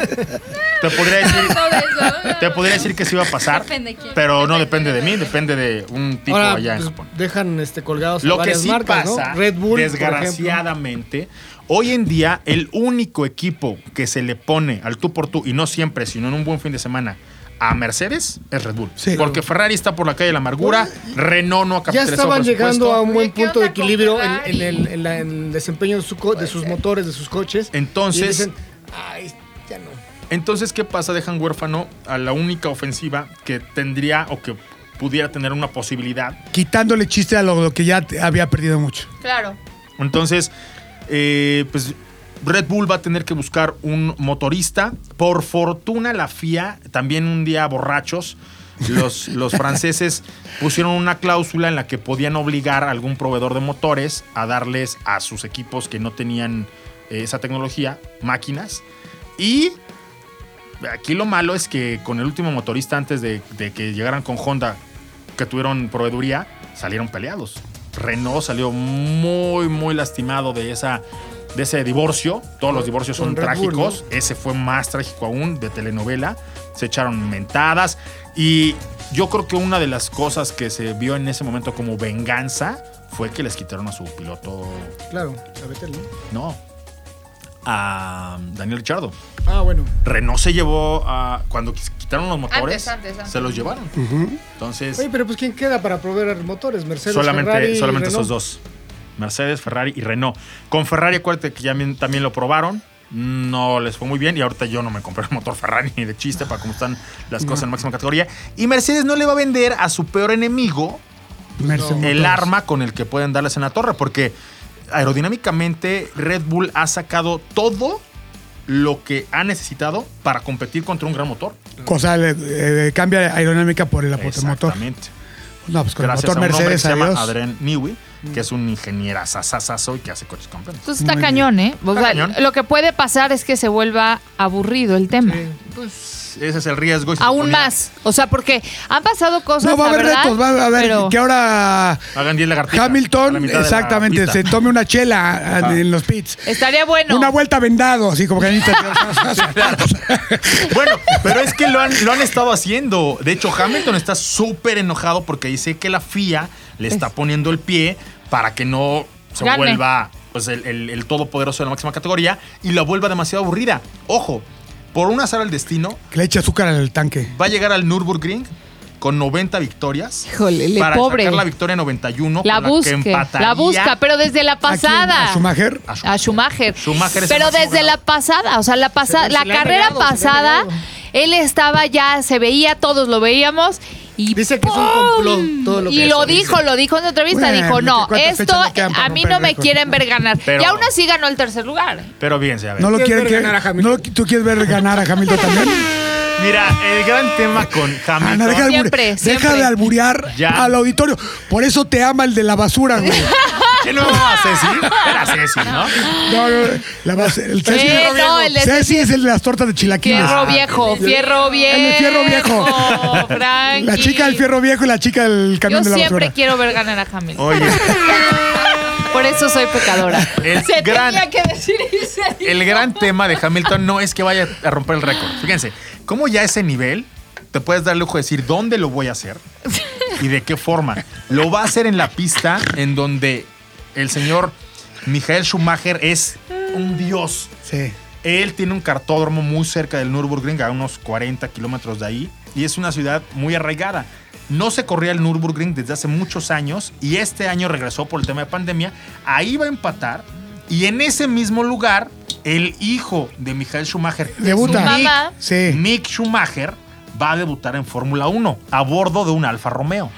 Te podría decir... Por eso. Te podría decir que sí iba a pasar, Depende de quién. pero no depende de mí, depende de un tipo Ahora, allá en pues, Japón. dejan este, colgados a Lo que varias sí marcas, ¿no? pasa, Red Bull, por ejemplo. desgraciadamente, hoy en día el único equipo que se le pone al tú por tú, y no siempre, sino en un buen fin de semana, a Mercedes es Red Bull. Sí. Porque Ferrari está por la calle de la amargura, Renault no ha Pues, Ya capitalizado estaban presupuesto. llegando a un buen Oye, ¿qué punto de onda con equilibrio en, Ferrari? en el, en la- en el desempeño de, su co- de sus motores, de sus coches. Entonces- Y dicen, ay, ya no. Entonces, ¿qué pasa? Dejan huérfano a la única ofensiva que tendría o que pudiera tener una posibilidad Quitándole chiste a lo, lo que ya te- había perdido mucho. Claro. Entonces, eh, pues Red Bull va a tener que buscar un motorista. Por fortuna la FIA, también un día borrachos, los, los franceses pusieron una cláusula en la que podían obligar a algún proveedor de motores a darles a sus equipos que no tenían eh, esa tecnología máquinas. Y aquí lo malo es que con el último motorista antes de, de que llegaran con Honda, que tuvieron proveeduría, salieron peleados. Renault salió muy, muy lastimado de esa. De ese divorcio, todos los divorcios son Con Red Bull, trágicos. Ese fue más trágico aún, de telenovela. Se echaron mentadas. Y yo creo que una de las cosas que se vio en ese momento como venganza fue que les quitaron a su piloto. Claro, a Vettel, ¿no? No. A Daniel Richardo. Ah, bueno. Renault se llevó a. Cuando quis- quitaron los motores, antes, antes. se los llevaron. Entonces, Oye, pero pues ¿quién queda para proveer motores? Mercedes, solamente, Ferrari, solamente Renault. esos dos: Mercedes, Ferrari y Renault. Con Ferrari, acuérdate que ya bien- también lo probaron. No les fue muy bien y ahorita yo no me compré el motor Ferrari ni de chiste para cómo están las cosas en máxima categoría. Y Mercedes no le va a vender a su peor enemigo Mercedes el Motores. arma con el que pueden darles en la torre, porque aerodinámicamente Red Bull ha sacado todo lo que ha necesitado para competir contra un gran motor. Cosa le- eh, cambia aerodinámica por el motor. Exactamente. No, pues con el Gracias motor a un hombre que Mercedes, se llama adiós. Mm. Adrián Newey, que es un ingeniero sasasazo y que hace coches campeones. Entonces está cañón, ¿eh? O Está sea, cañón. Lo que puede pasar es que se vuelva aburrido el tema. Pues ese es el riesgo. y se Aún suponía- más. O sea, porque han pasado cosas. No, va a la haber verdad, retos, va a haber pero- que ahora Hagan 10 lagartijas. a la Hamilton, mitad de la exactamente, pista. se tome una chela a- en los pits. Estaría bueno. Una vuelta vendado, así como que ahí Bueno, pero es que lo han, lo han estado haciendo. De hecho, Hamilton está súper enojado porque dice que la FIA le está poniendo el pie para que no se Gane. vuelva pues, el, el- el todopoderoso de la máxima categoría y la vuelva demasiado aburrida. Ojo, por una azar al destino, que le eche azúcar al tanque. va a llegar al Nürburgring con 90 victorias. Híjole, le para pobre. sacar la victoria 91. La con busque, que empataría la busca, pero desde la ¿A quién? pasada. ¿A Schumacher? a a Schumacher. Schumacher es el Pero máximo desde la goleador. pasada, o sea, la, pasa- Se le- la se le ha carrera pegado, se le ha pasada, pegado. él estaba ya, se veía, todos lo veíamos. Y Dice que es un ¡pum! complot, todo lo que y lo eso dijo, dice. lo dijo en su entrevista, Bueno, dijo, ¿qué no, cuántas esto fechas le quedan para a mí romper no me récord? quieren ver ganar. Pero- y aún así ganó el tercer lugar. Pero bien, a ver. No lo ¿Quieres quieren ver que. ganar a Hamilton? no lo- ¿Tú quieres ver ganar a Hamilton también? Mira, el gran tema con Ah, no, deja, de Hamilton. albure- Siempre, deja siempre. de alburear Ya. al auditorio. Por eso te ama el de la basura, güey. ¿Qué no a Ceci? Era Ceci, No, ¿no? no, no, la bas- el Ceci, Eh, no, el de Ceci es el de las tortas de chilaquiles. Fierro viejo, fierro viejo. El de fierro viejo. Frankie. La chica del fierro viejo y la chica del Yo camión de la siempre basura. quiero ver ganar a Hamilton. Oye. Por eso soy pecadora. El Se gran- tenía que decir y se dijo. el gran tema de Hamilton no es que vaya a romper el récord. Fíjense, ¿cómo ya a ese nivel te puedes dar el lujo de decir dónde lo voy a hacer y de qué forma? Lo va a hacer en la pista en donde el señor Michael Schumacher es un dios. Sí. Él tiene un cartódromo muy cerca del Nürburgring, a unos 40 kilómetros de ahí, y es una ciudad muy arraigada. No se corría el Nürburgring desde hace muchos años y este año regresó por el tema de pandemia. Ahí va a empatar y en ese mismo lugar el hijo de Michael Schumacher, Debuta. Su mamá. Sí. Mick Schumacher, va a debutar en Fórmula 1 a bordo de un Alfa Romeo.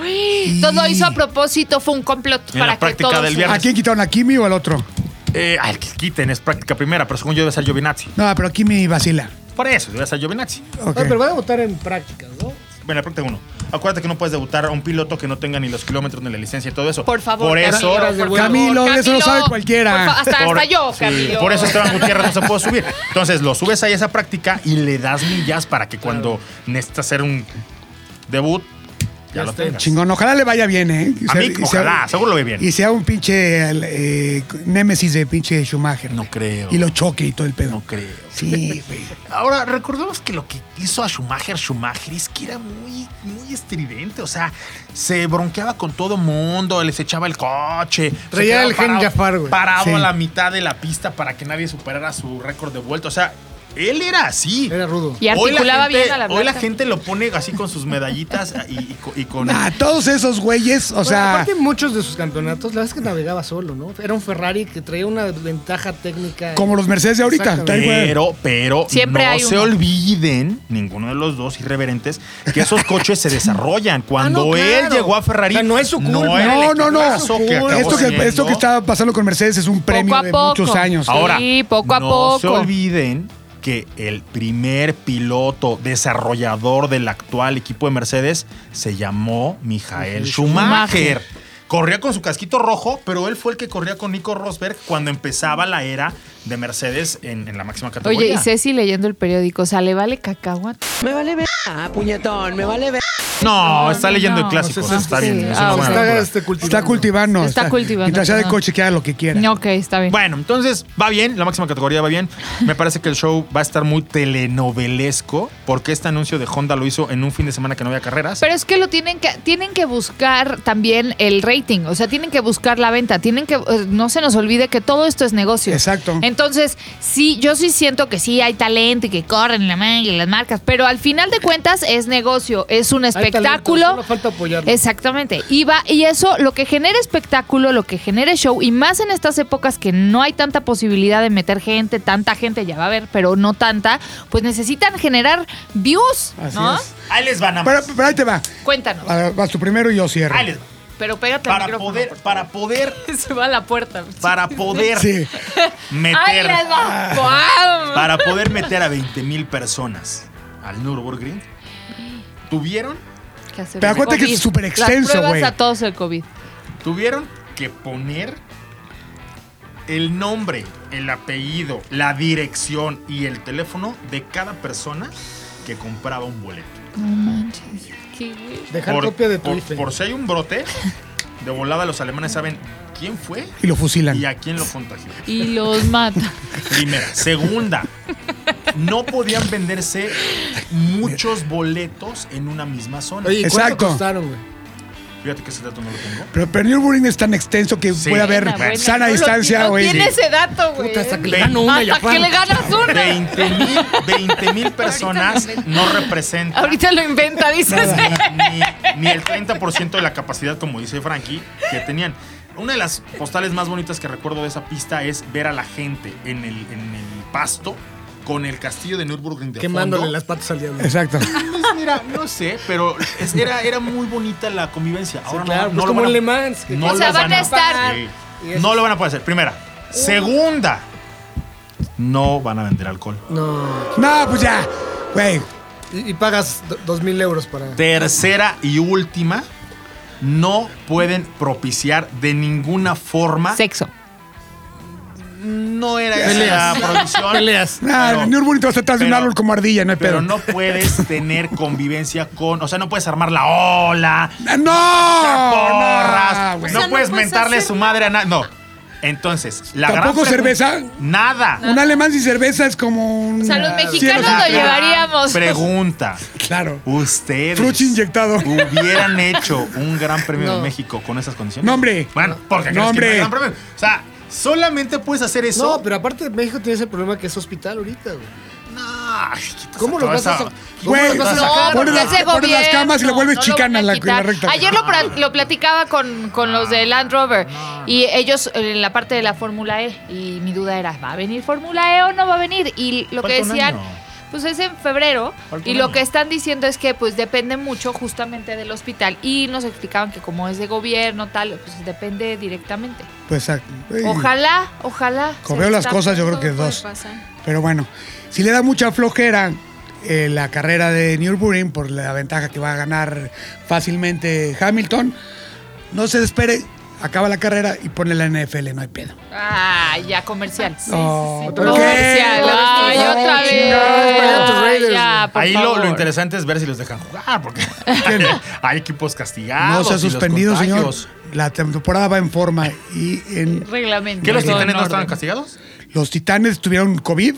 Todo lo hizo a propósito, fue un complot En para la práctica que todos del viernes. ¿A quién quitaron? ¿A Kimi o al otro? Eh, al que quiten es práctica primera, pero según yo debe ser Giovinazzi. No, pero Kimi vacila. Por eso, debe ser Giovinazzi. Ok. Ah, pero van a votar en prácticas, ¿no? Bueno, la pregunta uno. Acuérdate que no puedes debutar a un piloto que no tenga ni los kilómetros ni la licencia y todo eso. Por favor, Por Camilo, eso. por favor, Camilo, eso lo sabe cualquiera. por fa- hasta, por- hasta yo, sí, Camilo. Por eso Esteban Gutiérrez no se puede subir. Entonces lo subes ahí a esa práctica y le das millas para que cuando necesitas hacer un debut, ya, lo tengas. Chingón, ojalá le vaya bien, ¿eh? Y A mí, y ojalá, seguro lo ve bien. Y sea un pinche eh, némesis de pinche Schumacher. No güey. creo. Y lo choque y todo el pedo. No creo. Sí, güey. Ahora, recordemos que lo que hizo a Schumacher, Schumacher, es que era muy, muy estridente. O sea, se bronqueaba con todo mundo, les echaba el coche. se Traía quedaba el gen parado- Jafar, güey. Parado Sí. a la mitad de la pista para que nadie superara su récord de vuelta. O sea, él era así. Era rudo. Y Hoy la articulaba gente- bien a la Hoy la blanca. gente lo pone así con sus medallitas y, y co- y con... Nah, Ah, todos esos güeyes, o Bueno, sea. aparte muchos de sus campeonatos, la verdad es que navegaba solo, ¿no? Era un Ferrari que traía una ventaja técnica. Como los Mercedes de ahorita. Exactamente. tal cual. Pero, pero, Siempre no hay se uno. olviden, ninguno de los dos irreverentes, que esos coches se Ah, desarrollan. Cuando claro. él llegó a Ferrari, O sea, no es su culpa. era No, el no, no. equipazo que acabó Esto que, siendo. Ah, esto que está pasando con Mercedes es un premio Poco a de poco. muchos años. Sí, Ahora, poco a no poco. se olviden que el primer piloto desarrollador del actual equipo de Mercedes se llamó Michael Schumacher. Corría con su casquito rojo, pero él fue el que corría con Nico Rosberg cuando empezaba la era de Mercedes en, en la máxima categoría. Oye, y Ceci leyendo el periódico, o sea, le vale cacahuate. Ah, puñetón, me vale ver. No, está no, leyendo no. el clásico. No sé, está sí, bien. sí. es una Ah, buena ok. Está, lectura. este, cultivando. Está cultivando. Está cultivando, Mientras sea de ajá. coche, que haga lo que quiera. Ok, está bien. Bueno, entonces va bien, la máxima categoría va bien. Me parece que el show va a estar muy telenovelesco porque este anuncio de Honda lo hizo en un fin de semana que no había carreras. Pero es que lo tienen que tienen que buscar también el rating, o sea, tienen que buscar la venta, tienen que eh, no se nos olvide que todo esto es negocio. Exacto. Entonces, sí, yo sí siento que sí hay talento y que corren la manga y las marcas, pero al final de cuentas es negocio, es un talento, espectáculo. solo falta apoyarlo. Exactamente. Y va y eso lo que genera espectáculo, lo que genera show y más en estas épocas que no hay tanta posibilidad de meter gente, tanta gente ya va a haber, pero no tanta, pues necesitan generar views, Así ¿no? es. Ahí les van a Pero, pero ahí te va. Cuéntanos. A ver, Vas tú primero y yo cierro. Ahí les va. Pero pégate al Para micrófono. poder, por para poder, favor. Se va a la puerta. para poder Sí. ¡Ay, meter. les va! ¡Guau! Para poder meter a 20 mil personas al Nürburgring, tuvieron, ¿Qué hacer? Te das cuenta que COVID. es súper extenso, Las pruebas güey. a todos el COVID. tuvieron que poner el nombre, el apellido, la dirección y el teléfono de cada persona que compraba un boleto. Dejar copia de tu por, IFE. por si hay un brote, de volada los alemanes saben quién fue Y lo fusilan. y a quién lo contagió. Y los mata. Primera. Segunda, no podían venderse muchos boletos en una misma zona. Oye, ¿y cuánto Exacto. costaron, güey? Fíjate que ese dato no lo tengo. Pero, pero Nürburgring es tan extenso que Sí. puede haber Buena, buena. sana No lo- distancia, no güey. Tiene ese dato, güey. Puta, hasta que le Veinte. gano una y Hasta que le afano. ganas una. 20 mil, 20 mil personas no representan Ahorita lo inventa, dices. ni, ni el 30% de la capacidad, como dice Frankie, que tenían. Una de las postales más bonitas que recuerdo de esa pista es ver a la gente en el, en el pasto con el castillo de Nürburgring de Quemándole fondo. las patas al diablo. Exacto. Pues mira, no sé, pero es- era, era muy bonita la convivencia. Ahora no- claro, no, pues lo como van a- en Le Mans, que- no O sea, lo van a estar- sí. No lo van a poder hacer. Primera. Segunda. No van a vender alcohol. No. No, pues ya. Güey. Y, y pagas do- dos mil euros para. Tercera y última. No pueden propiciar de ninguna forma. Sexo. No era esa la prohibición. Peleas. Nah, Pero- Nürburgring te vas atrás de Ah, un pero- árbol como ardilla, no hay Pero pedo. no puedes tener convivencia con. O sea, no puedes armar la ola. Ah, ¡No! No, porras. güey. no, O sea, no puedes puedes mentarle hacer su madre a nadie. No. Entonces, la gran ¿Tampoco pregunta- cerveza? Nada. Un alemán sin cerveza es como un. O sea, los Ah, mexicanos sí, lo La gran llevaríamos. Pregunta. Claro. ¿Ustedes Fruchi inyectado. hubieran hecho un gran premio No. de México con esas condiciones? No, hombre. Bueno, porque No, crees que hombre. no hay gran premio. O sea, solamente puedes hacer eso. No, pero aparte México tiene ese problema que es hospital ahorita, güey. No, ay, quita ¿Cómo esa lo vas a cabeza. sa- ¿Cómo Güey, los vas a no, sacar? Pones Pues porque las- ese pones las gobierno camas y le vuelves no chicana van a la- la quitar. recta. Ayer lo, pra- lo platicaba con, con los de Land Rover y ellos en la parte de la Fórmula E. Y mi duda era, ¿va a venir Fórmula E o no va a venir? Y lo que Falta un decían... año. Pues es en febrero Falta y un lo año. que están diciendo es que pues depende mucho justamente del hospital y nos explicaban que como es de gobierno tal, pues depende directamente. Pues exacto. Güey. Ojalá, ojalá. Como se veo las destape. cosas, yo creo que Todo puede dos. pasar. Pero bueno, si le da mucha flojera eh, la carrera de Nürburgring por la ventaja que va a ganar fácilmente Hamilton, no se desespere, acaba la carrera y pone la NFL, no hay pedo. Ah, ya comercial. No, ¿Por ¿por qué? Comercial. Ay, No, otra vez. chingados, para tus Ay, Raiders, ya, por Ahí lo, favor. lo interesante es ver si los dejan jugar, porque hay equipos castigados. No se ha y los suspendido, señor. contagios. La temporada va en forma y en Reglamento. ¿Qué los Todo en titanes no estaban orden. castigados? los Titanes tuvieron COVID,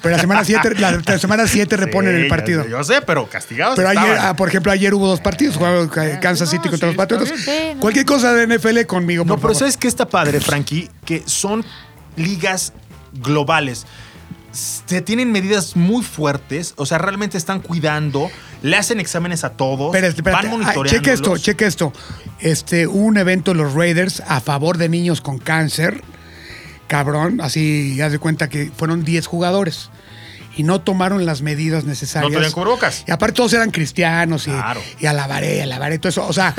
pero la semana 7 la, la semana siete reponen Sí, el ya partido. sé, Yo sé, pero castigados. Pero ayer, estaban. ah, por ejemplo, ayer hubo dos partidos, jugaron eh, Kansas City Ah, No, contra sí, los Patriotas. está bien. Sí, no. Cualquier cosa de NFL conmigo, No, por pero favor. ¿sabes qué está padre, Frankie? Que son ligas globales. Se tienen medidas muy fuertes, o sea, realmente están cuidando, le hacen exámenes a todos, Espérate, espérate. van Ah, monitoreando. checa esto, checa esto. Este, hubo un evento de los Raiders a favor de niños con cáncer. Cabrón, así haz de cuenta que fueron 10 jugadores. Y no tomaron las medidas necesarias. No tenían cubrebocas. Y aparte todos eran cristianos y, Claro. ¿Eh? y alabaré, alabaré, todo eso. O sea,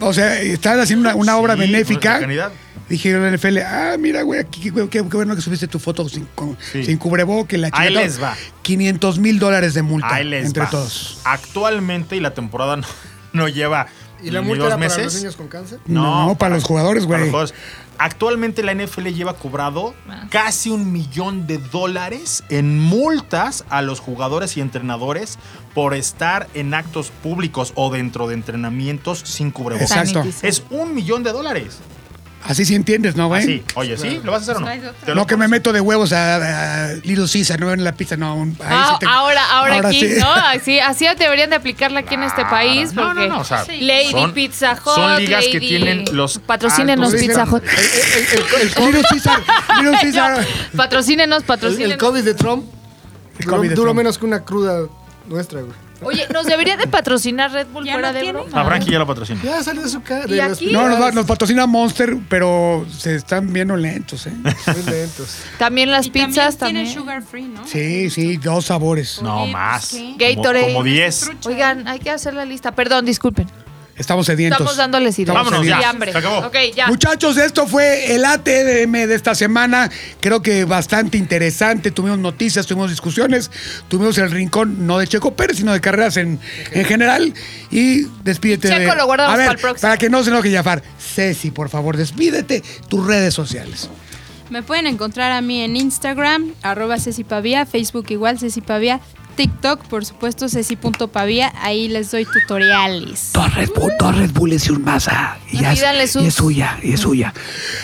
o sea estaban haciendo una, una Sí, obra pues, benéfica. la calidad. Dijeron la NFL, ah, mira, güey, aquí, qué, qué- qué bueno que subiste tu foto sin, con- Sí. sin cubreboca. y La Ahí chingada. les va. 500 mil dólares de multa Ahí les entre va. todos. Actualmente, y la temporada no, no lleva ¿Y la ni multa dos era para los meses. niños con cáncer? No, para los jugadores, para los güey. jugadores. Actualmente la NFL lleva cobrado Ah. casi un millón de dólares en multas a los jugadores y entrenadores por estar en actos públicos o dentro de entrenamientos sin cubrebocas. Exacto. Sanitis. Es un millón de dólares. Así sí entiendes, ¿no, güey? Así. Oye, ¿sí? ¿Lo vas a hacer o no? No hay de otra. Te lo No que me juro. meto de huevos a, a Little Caesar, no en la pizza, no. un- ahí Ah, sí te- ahora, ahora, aquí, sí. ¿no? Así, así deberían de aplicarla aquí en este país. No, no, porque no, o sea, Lady son- Pizza Hut. son ligas que Lady- tienen los Patrocínenos altos- Pizza Hut. El, el- el- el Little Caesar, Little Caesar. COVID, el, Patrocínenos, el patrocínenos. COVID de Trump duró, COVID de duró Trump. menos que una cruda nuestra, güey. Oye, nos debería de patrocinar Red Bull ¿Ya fuera no de tiene? broma. La Frankie ya la patrocina. Ya salió de su cara. ¿Y de las aquí? No, nos, va- primeras- nos patrocina Monster, pero se están viendo lentos, ¿eh? Muy lentos. También las Y pizzas también. Tiene sugar free, ¿no? Sí, sí, dos sabores. No, Oye, más. pues, ¿qué? Como- Gatorade. Como 10. Trucha. Oigan, hay que hacer la lista. Perdón, disculpen. Estamos sedientos. Estamos dándoles ideas. Vámonos, ya. Y hambre. Se acabó. Ok, ya. Muchachos, esto fue el ATM de esta semana. Creo que bastante interesante. Tuvimos noticias, tuvimos discusiones, tuvimos el rincón, no de Checo Pérez, sino de carreras en, en general. Y despídete. Y Checo de- lo guardamos A ver, para el próximo. Para que no se enoje Jafar. Ceci, por favor, despídete tus redes sociales. Me pueden encontrar a mí en Instagram, arroba Ceci Pavía, Facebook igual Ceci Pavía, TikTok, por supuesto, Ceci.pavía, ahí les doy tutoriales. Torres Bull, Torres Bull es un masa. No, ya es- pídanle sus- y es suya, y es suya.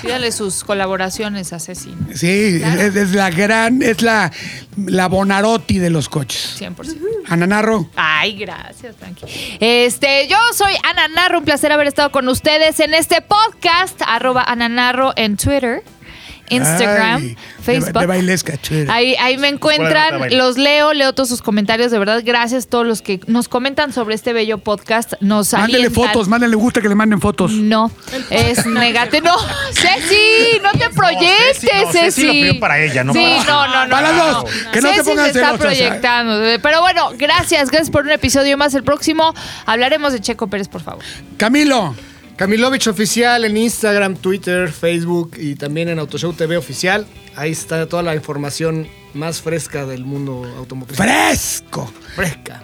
Pídale sus colaboraciones, asesino. Sí, es, es la gran, es la, la Bonarotti de los coches. 100%. Ananarro. Ay, gracias, Frankie. Este, yo soy Ananarro, un placer haber estado con ustedes en este podcast, arroba Ananarro en Twitter, Instagram, Ay, de- Facebook. De, bailesca, chévere. Ahí, ahí me Buena encuentran, nota, los leo, leo todos sus comentarios, de verdad, gracias a todos los que nos comentan sobre este bello podcast, nos Mándenle alientan. fotos, mándenle gusta que le manden fotos. No, es negate. No, Ceci, no te proyectes, Ceci, no, Ceci lo pidió para ella, no Sí, para- no, no, no. Para las no, dos, que no te Ceci pongas ¿eh? se está celosa, proyectando. Pero bueno, gracias, gracias por un episodio más. El próximo hablaremos de Checo Pérez, por favor. Camilo. Camilovich Oficial en Instagram, Twitter, Facebook y también en Autoshow TV Oficial. Ahí está toda la información más fresca del mundo automotriz. Fresco. fresca.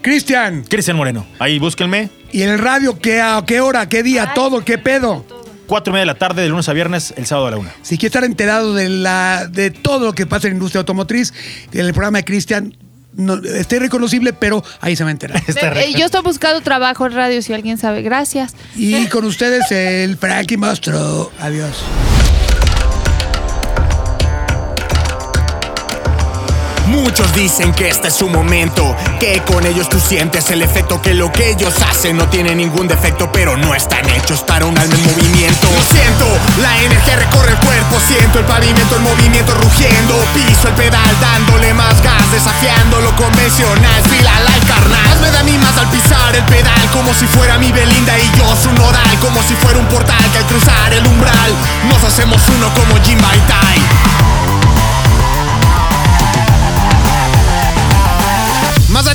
Cristian, Cristian Moreno. Ahí búsquenme. ¿y el radio qué, a qué hora, qué día, todo, qué pedo? Cuatro y media de la tarde, de lunes a viernes, el sábado a la una. Si quieres estar enterado de, la, de todo lo que pasa en la industria automotriz, en el programa de Cristian no, está irreconocible, pero ahí se va a enterar. Eh, yo estoy buscando trabajo en radio, si alguien sabe. Gracias. Y con ustedes el Frankie Mastro. Adiós. Muchos dicen que este es su momento, que con ellos tú sientes el efecto, que lo que ellos hacen no tiene ningún defecto, pero no están hechos para un alma en movimiento. Lo siento, la energía recorre el cuerpo, siento el pavimento en movimiento rugiendo, piso el pedal dándole más gas, desafiando lo convencional, fila la carnal. Me da mi más al pisar el pedal, como si fuera mi Belinda y yo su nodal, como si fuera un portal que al cruzar el umbral nos hacemos uno como Jim Baitai. Más de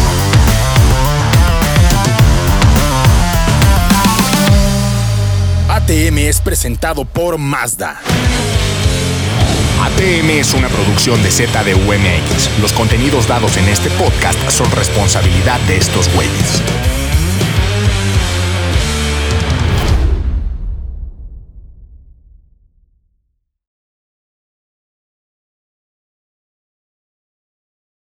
ATM es presentado por Mazda. ATM es una producción de ZDUMX. Los contenidos dados en este podcast son responsabilidad de estos güeyes.